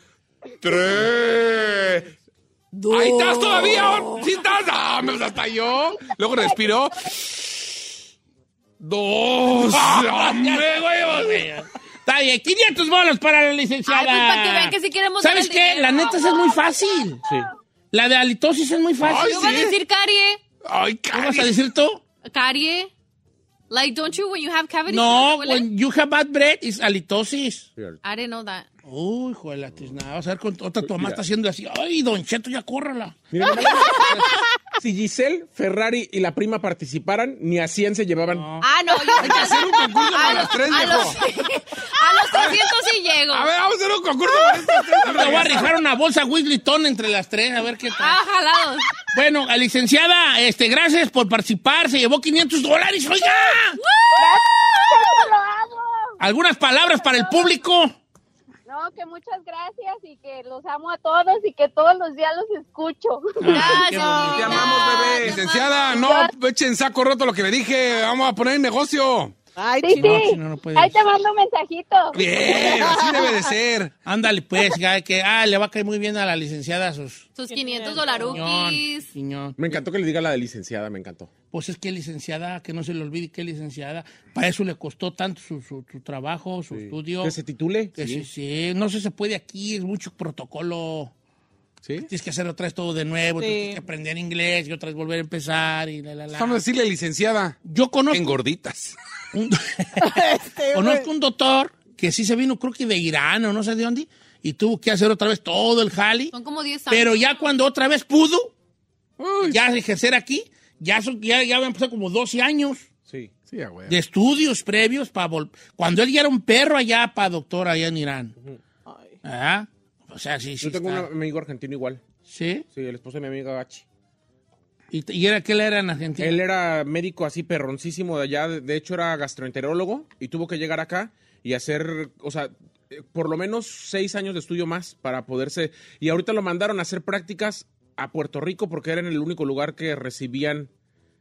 Speaker 2: tres. Ahí estás todavía. Sí estás. Ah, me hasta yo. Luego respiro.
Speaker 1: Pues,
Speaker 2: Dos. Hombre, güey.
Speaker 1: Dios mío. Está bien, 500 bolas para la licenciada.
Speaker 3: Ay, pues, para que vean que sí queremos ver
Speaker 1: ¿Sabes
Speaker 3: el
Speaker 1: qué?
Speaker 3: dinero.
Speaker 1: La neta esa es muy fácil.
Speaker 10: Sí.
Speaker 1: La de halitosis es muy fácil. ¿eh?
Speaker 3: ¿Qué vas a decir carie?
Speaker 1: Ay, ¿Qué vas a decir tú?
Speaker 3: Carie. Like, don't you, when you have cavities?
Speaker 1: No,
Speaker 3: ¿no te huele?
Speaker 1: when you have bad breath is halitosis.
Speaker 3: I didn't know that.
Speaker 1: Uy, hijo de la tiznada. Vamos a ver con otra tu mamá está haciendo así. Ay, Don Cheto, ya córrala.
Speaker 10: Mira, si Giselle, Ferrari y la prima participaran, ni a 100 se llevaban.
Speaker 3: Ah, no, yo. Ah,
Speaker 10: Hay que hacer un concurso para las tres,
Speaker 3: a,
Speaker 10: viejo.
Speaker 3: los, a los 300 sí llego.
Speaker 10: A ver, vamos a hacer un concurso este para estas tres.
Speaker 1: Te voy a rifar una bolsa Wigglyton entre las tres, a ver qué tal.
Speaker 3: Ah, jalados.
Speaker 1: Bueno, eh, licenciada, este, gracias por participar. Se llevó 500 dólares, oiga.
Speaker 12: ¡Gracias, lo hago!
Speaker 1: ¿Algunas palabras para el público?
Speaker 12: No, que muchas gracias y que los amo a todos y que todos los días los escucho.
Speaker 1: Ah, qué
Speaker 2: Te amamos, bebé. Licenciada, no echen saco roto lo que le dije. Vamos a poner en negocio.
Speaker 5: Ay,
Speaker 12: Sí,
Speaker 1: No,
Speaker 12: sí.
Speaker 1: si no, no puedes.
Speaker 12: Ahí te mando un mensajito.
Speaker 2: Bien, así debe de ser.
Speaker 1: Ándale, pues, ya que ah, le va a caer muy bien a la licenciada sus.
Speaker 3: Sus 500
Speaker 1: Señor,
Speaker 3: dolaruquis.
Speaker 1: señor.
Speaker 10: Me encantó que le diga la de licenciada, me encantó.
Speaker 1: Pues es que licenciada, que no se le olvide que licenciada. Para eso le costó tanto su, su- su trabajo, su estudio.
Speaker 10: Que se titule.
Speaker 1: Que sí,
Speaker 10: Sí.
Speaker 1: sí. No se, se puede aquí, es mucho protocolo. Pues
Speaker 10: Sí.
Speaker 1: Tienes que hacer otra vez todo de nuevo,
Speaker 5: Sí.
Speaker 1: tienes que aprender inglés y otra vez volver a empezar y la, la, la.
Speaker 2: Vamos a decirle, licenciada,
Speaker 1: Yo conozco
Speaker 2: engorditas.
Speaker 1: un, conozco un doctor que sí se vino, creo que de Irán o no sé de dónde, y tuvo que hacer otra vez todo el jali.
Speaker 3: Son como 10 años.
Speaker 1: Pero ya cuando otra vez pudo, ya ejercer aquí, ya, son- ya, ya habían pasado como 12 años
Speaker 10: Sí.
Speaker 2: Sí, a huevo.
Speaker 1: de estudios previos para vol- Cuando él ya era un perro allá para doctor allá en Irán. Ah. Ajá. O sea, sí, sí.
Speaker 10: Yo tengo un
Speaker 1: está.
Speaker 10: amigo argentino igual.
Speaker 1: ¿Sí?
Speaker 10: Sí, el esposo de mi amiga Gachi.
Speaker 1: ¿Y, y era que él era en Argentina?
Speaker 10: Él era médico así perroncísimo de allá, de de hecho era gastroenterólogo y tuvo que llegar acá y hacer, o sea, eh, por lo menos seis años de estudio más para poderse... Y ahorita lo mandaron a hacer prácticas a Puerto Rico porque era en el único lugar que recibían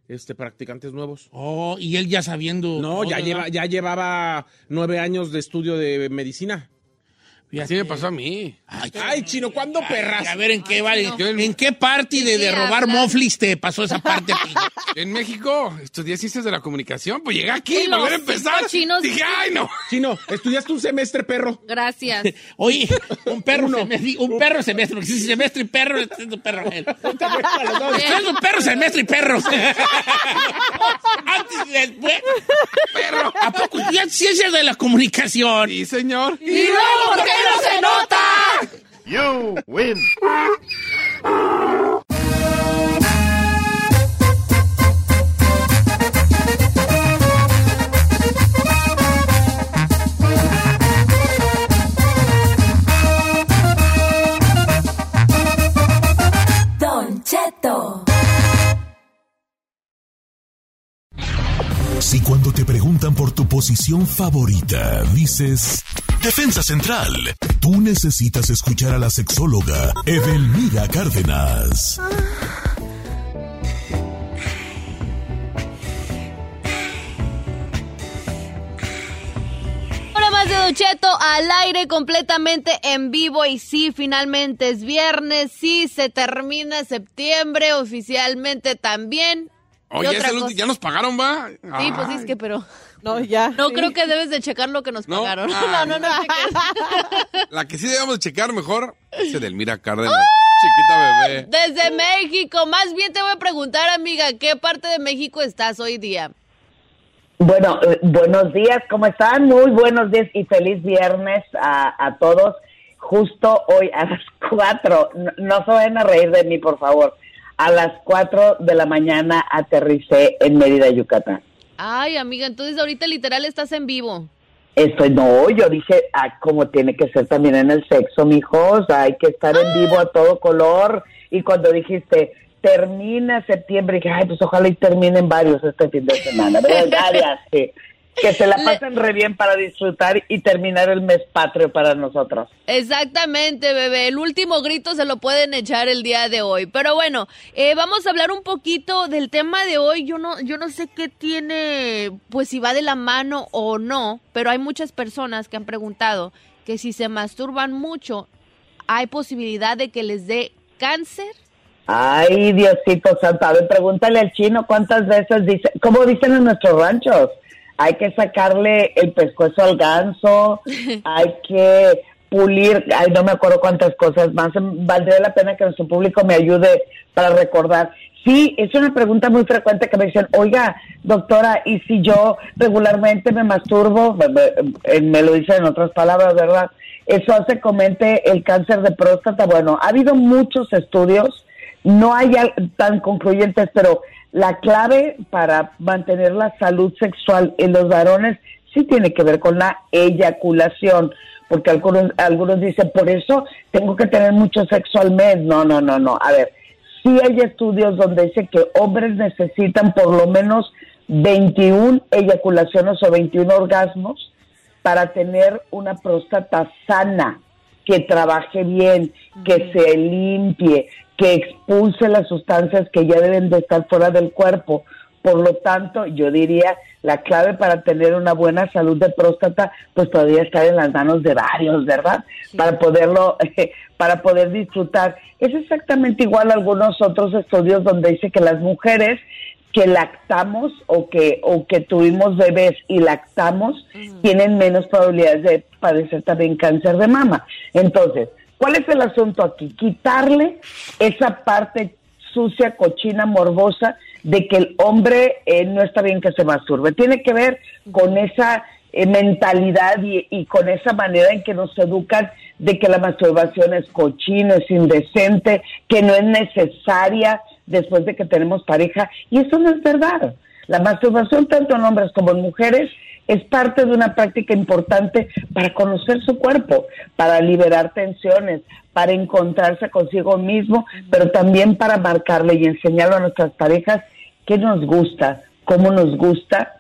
Speaker 10: este, practicantes nuevos.
Speaker 1: Oh, y él ya sabiendo.
Speaker 10: No, ya,
Speaker 1: todo,
Speaker 10: lleva,
Speaker 1: ¿no?
Speaker 10: ya llevaba nueve años de estudio de medicina.
Speaker 1: Fíjate.
Speaker 2: Así me pasó a mí.
Speaker 1: Ay,
Speaker 10: Ay, chino, ¿cuándo perras?
Speaker 1: A ver, ¿en qué, vale?
Speaker 2: Yo en-
Speaker 1: ¿En qué parte de, de
Speaker 3: Sí,
Speaker 1: robar
Speaker 3: hablar.
Speaker 1: moflis te pasó esa parte a ti?
Speaker 2: En México estudié ciencias de la comunicación, pues llegué aquí
Speaker 3: Y
Speaker 2: y volver a
Speaker 3: los
Speaker 2: empezar.
Speaker 3: cinco chinos-
Speaker 2: Dije, ay, no.
Speaker 10: Chino, estudiaste un semestre, perro.
Speaker 3: Gracias.
Speaker 1: Oye, un perro semestre, un perro semestre, porque si semestre y perro, este es un perro. él. Este es un perro semestre y perro. Antes y después. Perro. ¿A poco estudias ciencias de la comunicación?
Speaker 2: Sí, señor.
Speaker 1: ¿Y luego por qué no se nota?
Speaker 13: You win.
Speaker 4: Don Cheto.
Speaker 14: Si cuando te preguntan por tu posición favorita dices Defensa Central, tú necesitas escuchar a la sexóloga Edelmira Cárdenas.
Speaker 3: Una más de Docheto al aire completamente en vivo y sí, finalmente es viernes, sí, se termina septiembre oficialmente también. Y
Speaker 2: Oye,
Speaker 3: otra
Speaker 2: es el
Speaker 3: cosa.
Speaker 2: ulti- ya nos pagaron, va.
Speaker 3: Sí, pues sí, es que, pero
Speaker 5: No, ya.
Speaker 3: no
Speaker 5: Sí.
Speaker 3: creo que debes de checar lo que nos
Speaker 2: No.
Speaker 3: pagaron.
Speaker 2: Ah.
Speaker 3: No, no, no. cheques.
Speaker 2: La que sí debemos checar mejor es Edelmira Cárdenas. Chiquita bebé.
Speaker 3: Desde México, más bien te voy a preguntar, amiga, ¿qué parte de México estás hoy día?
Speaker 7: Bueno, eh, buenos días, ¿cómo están? Muy buenos días y feliz viernes a, a todos. Justo hoy a las 4, no, no se vayan a reír de mí, por favor. A las 4 de la mañana aterricé en Mérida, Yucatán.
Speaker 3: Ay, amiga, entonces ahorita literal estás en vivo.
Speaker 7: Estoy, no, yo dije, ah, como tiene que ser también en el sexo, mijos, hay que estar en vivo a todo color. Y cuando dijiste, termina septiembre, dije, ay, pues ojalá y terminen varios este fin de semana, ¿verdad? Varias, sí. Que se la
Speaker 3: Le-
Speaker 7: pasen re bien para disfrutar y terminar el mes patrio para nosotros.
Speaker 3: Exactamente, bebé. El último grito se lo pueden echar el día de hoy. Pero bueno, eh, vamos a hablar un poquito del tema de hoy. Yo no, yo no sé qué tiene, pues si va de la mano o no, pero hay muchas personas que han preguntado que si se masturban mucho, hay posibilidad de que les dé cáncer.
Speaker 7: Ay, Diosito Santo, a ver, pregúntale al chino cuántas veces dice, ¿cómo dicen en nuestros ranchos? hay que sacarle el pescuezo al ganso, hay que pulir, ay, no me acuerdo cuántas cosas más, valdría la pena que nuestro público me ayude para recordar. Sí, es una pregunta muy frecuente que me dicen, oiga, doctora, ¿y si yo regularmente me masturbo? Me, me- me lo dicen en otras palabras, ¿verdad? Eso hace comente el cáncer de próstata. Bueno, ha habido muchos estudios no hay al- tan concluyentes, pero la clave para mantener la salud sexual en los varones sí tiene que ver con la eyaculación, porque algunos, algunos dicen, por eso tengo que tener mucho sexo al mes. No, no, no, no. A ver, sí hay estudios donde dice que hombres necesitan por lo menos 21 eyaculaciones o 21 orgasmos para tener una próstata sana, que trabaje bien, que se limpie, que expulse las sustancias que ya deben de estar fuera del cuerpo. Por lo tanto, yo diría, la clave para tener una buena salud de próstata, pues todavía estar en las manos de varios, ¿verdad? Para poderlo, para poder disfrutar. Es exactamente igual a algunos otros estudios donde dice que las mujeres que lactamos o que o que tuvimos bebés y lactamos tienen menos probabilidades de padecer también cáncer de mama. Entonces, ¿cuál es el asunto aquí? Quitarle esa parte sucia, cochina, morbosa de que el hombre eh, no está bien que se masturbe. Tiene que ver con esa eh, mentalidad y, y con esa manera en que nos educan de que la masturbación es cochina, es indecente, que no es necesaria después de que tenemos pareja. Y eso no es verdad. La masturbación, tanto en hombres como en mujeres, es parte de una práctica importante para conocer su cuerpo, para liberar tensiones, para encontrarse consigo mismo, pero también para marcarle y enseñarle a nuestras parejas qué nos gusta, cómo nos gusta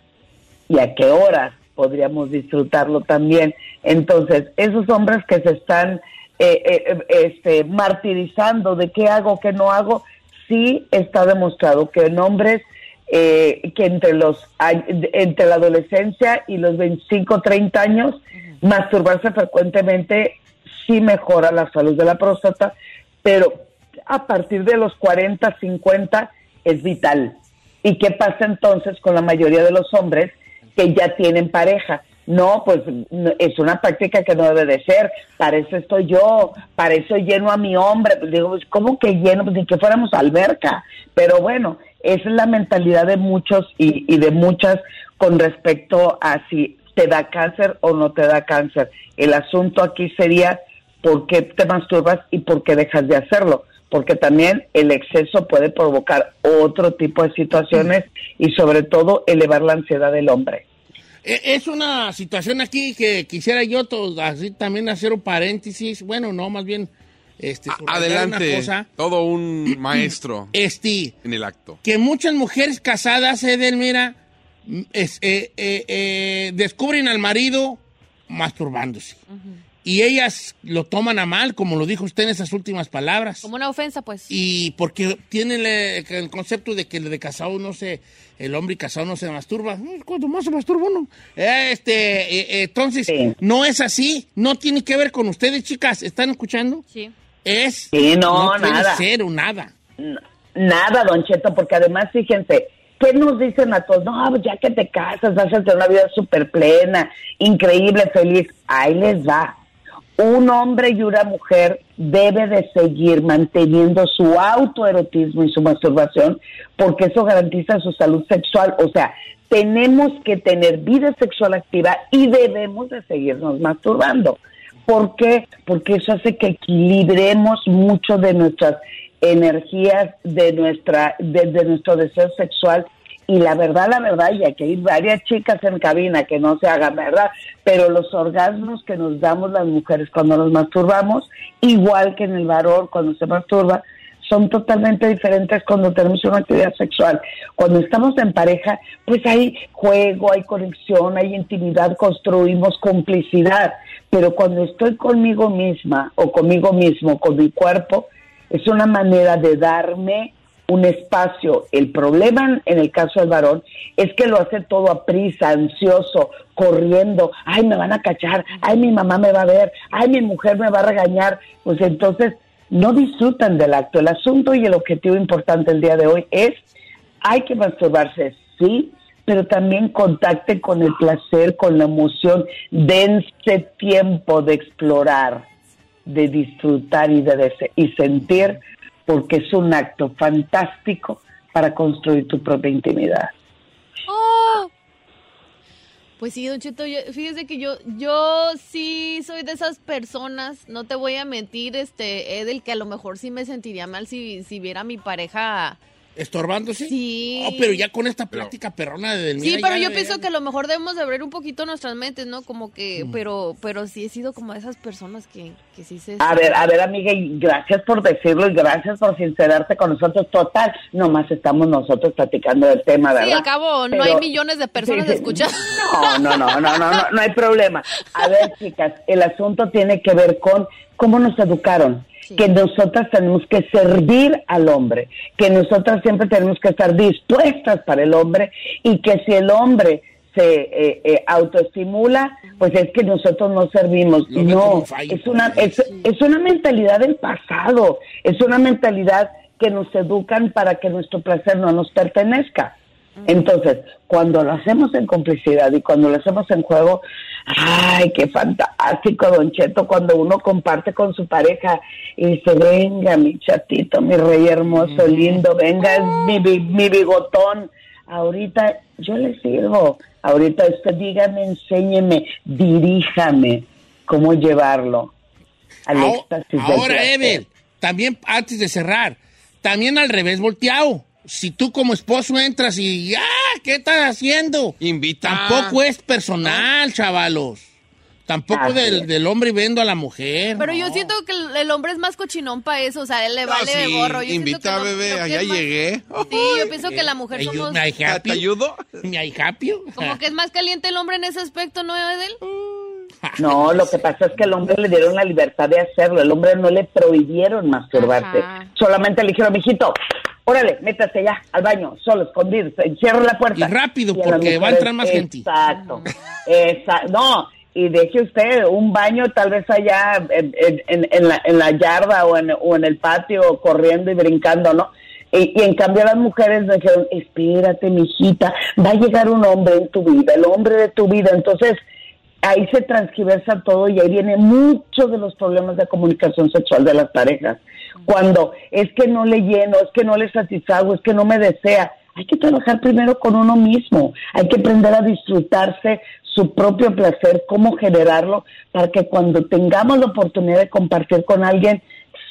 Speaker 7: y a qué horas podríamos disfrutarlo también. Entonces, esos hombres que se están eh, eh, eh, este, martirizando de qué hago, qué no hago, sí está demostrado que en hombres eh, que entre los a- entre la adolescencia y los 25, 30 años, masturbarse frecuentemente sí mejora la salud de la próstata, pero a partir de los 40, 50 es vital. ¿Y qué pasa entonces con la mayoría de los hombres que ya tienen pareja? No, pues no, es una práctica que no debe de ser. Para eso estoy yo, para eso lleno a mi hombre. Pues digo, pues, ¿cómo que lleno? Pues ni que fuéramos alberca. Pero bueno, esa es la mentalidad de muchos y, y de muchas con respecto a si te da cáncer o no te da cáncer. El asunto aquí sería por qué te masturbas y por qué dejas de hacerlo, porque también el exceso puede provocar otro tipo de situaciones y sobre todo elevar la ansiedad del hombre.
Speaker 1: E- Es una situación aquí que quisiera yo to- así también hacer un paréntesis. Bueno, no, más bien. Este, subrayar
Speaker 2: Adelante.
Speaker 1: una cosa.
Speaker 2: Todo un maestro
Speaker 1: Este,
Speaker 2: en el acto.
Speaker 1: que muchas mujeres casadas, Edelmira, mm, es- eh, eh, eh, descubren al marido masturbándose. Y ellas lo toman a mal, como lo dijo usted en esas últimas palabras.
Speaker 3: Como una ofensa, pues.
Speaker 1: Y porque tienen eh, el concepto de que el de casado no se, el hombre casado no se masturba. Mm, Cuando más se masturba uno. Eh, Este, eh, eh, entonces, no es así. No tiene que ver con ustedes, chicas. ¿Están escuchando?
Speaker 3: Sí.
Speaker 1: Es.
Speaker 7: Sí, no,
Speaker 1: tiene
Speaker 7: nada.
Speaker 1: cero, nada.
Speaker 7: Nada, don Cheto, porque además, fíjense, ¿qué nos dicen a todos? No, pues ya que te casas, vas a tener una vida súper plena, increíble, feliz. Ahí les va. Un hombre y una mujer debe de seguir manteniendo su autoerotismo y su masturbación porque eso garantiza su salud sexual. O sea, tenemos que tener vida sexual activa y debemos de seguirnos masturbando. ¿Por qué? Porque eso hace que equilibremos mucho de nuestras energías, de nuestra, de, de nuestro deseo sexual. Y la verdad, la verdad, ya que hay varias chicas en cabina que no se hagan, ¿verdad? Pero los orgasmos que nos damos las mujeres cuando nos masturbamos, igual que en el varón cuando se masturba, son totalmente diferentes cuando tenemos una actividad sexual. Cuando estamos en pareja, pues hay juego, hay conexión, hay intimidad, construimos complicidad. Pero cuando estoy conmigo misma o conmigo mismo, con mi cuerpo, es una manera de darme un espacio. El problema en el caso del varón es que lo hace todo a prisa, ansioso, corriendo. Ay, me van a cachar. Ay, mi mamá me va a ver. Ay, mi mujer me va a regañar. Pues entonces no disfrutan del acto. El asunto y el objetivo importante el día de hoy es hay que masturbarse, sí, pero también contacten con el placer, con la emoción. Dense tiempo de explorar, de disfrutar y de dese- y sentir, porque es un acto fantástico para construir tu propia intimidad.
Speaker 3: ¡Oh! Pues sí, Don Cheto, yo- fíjese que yo, yo sí soy de esas personas, no te voy a mentir, este, Edel, que a lo mejor sí me sentiría mal si, si viera a mi pareja.
Speaker 1: ¿Estorbándose?
Speaker 3: Sí.
Speaker 1: Oh, pero ya con esta plática perrona de del
Speaker 3: Sí,
Speaker 1: mira,
Speaker 3: pero
Speaker 1: ya-
Speaker 3: yo pienso que a lo mejor debemos de abrir un poquito nuestras mentes, ¿no? Como que,
Speaker 7: Mm.
Speaker 3: pero, pero sí he sido como de esas personas que, que sí se...
Speaker 7: A ver, a ver, amiga, y gracias por decirlo y gracias por sincerarte con nosotros. Total, nomás estamos nosotros platicando del tema, ¿verdad?
Speaker 3: Sí, al cabo, no
Speaker 7: Pero-
Speaker 3: hay millones de personas
Speaker 7: Sí, sí.
Speaker 3: escuchando.
Speaker 7: No, no, no, no, no, no, no hay problema. A ver, chicas, el asunto tiene que ver con cómo nos educaron, que nosotras tenemos que servir al hombre, que nosotras siempre tenemos que estar dispuestas para el hombre y que si el hombre se eh, eh, autoestimula, pues es que nosotros no servimos.
Speaker 1: ven como
Speaker 7: No,
Speaker 1: un fallo, pues.
Speaker 7: es una, es, es una mentalidad del pasado, es una mentalidad que nos educan para que nuestro placer no nos pertenezca. Entonces, cuando lo hacemos en complicidad y cuando lo hacemos en juego, ay, qué fantástico, Don Cheto, cuando uno comparte con su pareja y dice, venga, mi chatito, mi rey hermoso, lindo, venga, mi, bi- mi bigotón, ahorita yo le sirvo, ahorita usted dígame, enséñeme, diríjame cómo llevarlo al
Speaker 1: Ahora-
Speaker 7: éxtasis del
Speaker 1: Ahora, eh,
Speaker 7: placer.
Speaker 1: Ever, también antes de cerrar, también al revés volteado. Si tú como esposo entras y ya, ¿qué estás haciendo?
Speaker 2: Invita.
Speaker 1: Tampoco es personal, chavalos. Tampoco
Speaker 2: Así
Speaker 1: del, del hombre viendo a la mujer.
Speaker 3: Pero
Speaker 1: no.
Speaker 3: yo siento que el, el hombre es más cochinón para eso, o sea, él le vale de gorro. Yo siento que
Speaker 2: invita,
Speaker 3: no-
Speaker 2: bebé,
Speaker 3: creo que
Speaker 2: allá
Speaker 3: es más-
Speaker 2: llegué.
Speaker 3: Sí, yo pienso que la mujer
Speaker 1: Ay,
Speaker 3: somos...
Speaker 1: ¿Me hay happy?
Speaker 2: ¿Te ayudo?
Speaker 1: ¿Me hay happy?
Speaker 3: Como que es más caliente el hombre en ese aspecto, ¿no, Edel?
Speaker 7: No, lo que pasa es que al hombre le dieron la libertad de hacerlo. El hombre no le prohibieron masturbarse.
Speaker 3: Ajá.
Speaker 7: Solamente le dijeron, mijito, órale, métase ya al baño, solo, escondido, cierra la puerta. Y rápido,
Speaker 1: porque va a entrar más gente.
Speaker 7: Exacto. Exacto. No, y deje usted un baño tal vez allá en, en- en- en la, en la yarda o en, o en el patio, corriendo y brincando, ¿no? Y, y en cambio las mujeres me dijeron, espérate, mijita, va a llegar un hombre en tu vida, el hombre de tu vida. Entonces, ahí se transgiversa todo y ahí viene muchos de los problemas de comunicación sexual de las parejas. Cuando es que no le lleno, es que no le satisfago, es que no me desea. Hay que trabajar primero con uno mismo. Hay que aprender a disfrutarse su propio placer, cómo generarlo, para que cuando tengamos la oportunidad de compartir con alguien,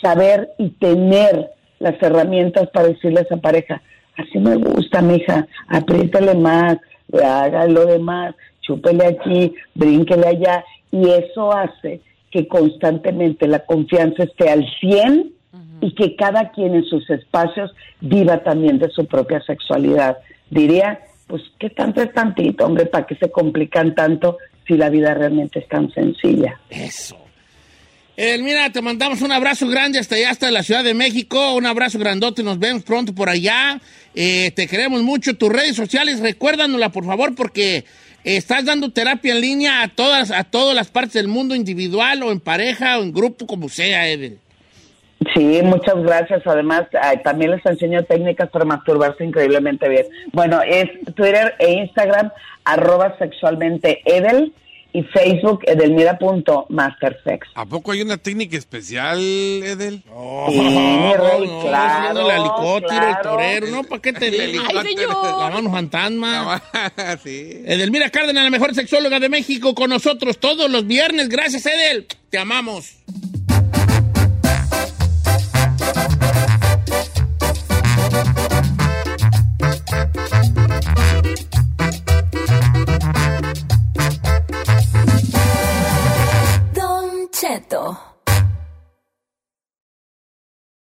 Speaker 7: saber y tener las herramientas para decirle a esa pareja, así me gusta, mija, apriétale más, haga lo demás, chúpele aquí, brínquele allá, y eso hace que constantemente la confianza esté al 100 y que cada quien en sus espacios viva también de su propia sexualidad. Diría, pues, ¿qué tanto es tantito, hombre? ¿Para qué se complican tanto si la vida realmente es tan sencilla?
Speaker 1: Eso. Edelmira, te mandamos un abrazo grande hasta allá, hasta la Ciudad de México. Un abrazo grandote, nos vemos pronto por allá. Eh, te queremos mucho. Tus redes sociales, recuérdanosla, por favor, porque estás dando terapia en línea a todas, a todas las partes del mundo, individual o en pareja o en grupo, como sea, Edel.
Speaker 7: Sí, muchas gracias. Además, ay, también les enseño técnicas para masturbarse increíblemente bien. Bueno, es Twitter e Instagram, arroba sexualmente Edel y Facebook edelmira.mastersex.
Speaker 2: ¿A poco hay una técnica especial, Edel?
Speaker 7: Sí, mi rey,
Speaker 1: no,
Speaker 7: claro,
Speaker 1: haciendo el helicóptero, el
Speaker 7: claro.
Speaker 1: torero, no, ¿para qué te digo? La mano fantasma. Edelmira Cárdenas, la mejor sexóloga de México, con nosotros todos los viernes. Gracias, Edel. Te amamos.
Speaker 4: Don Cheto.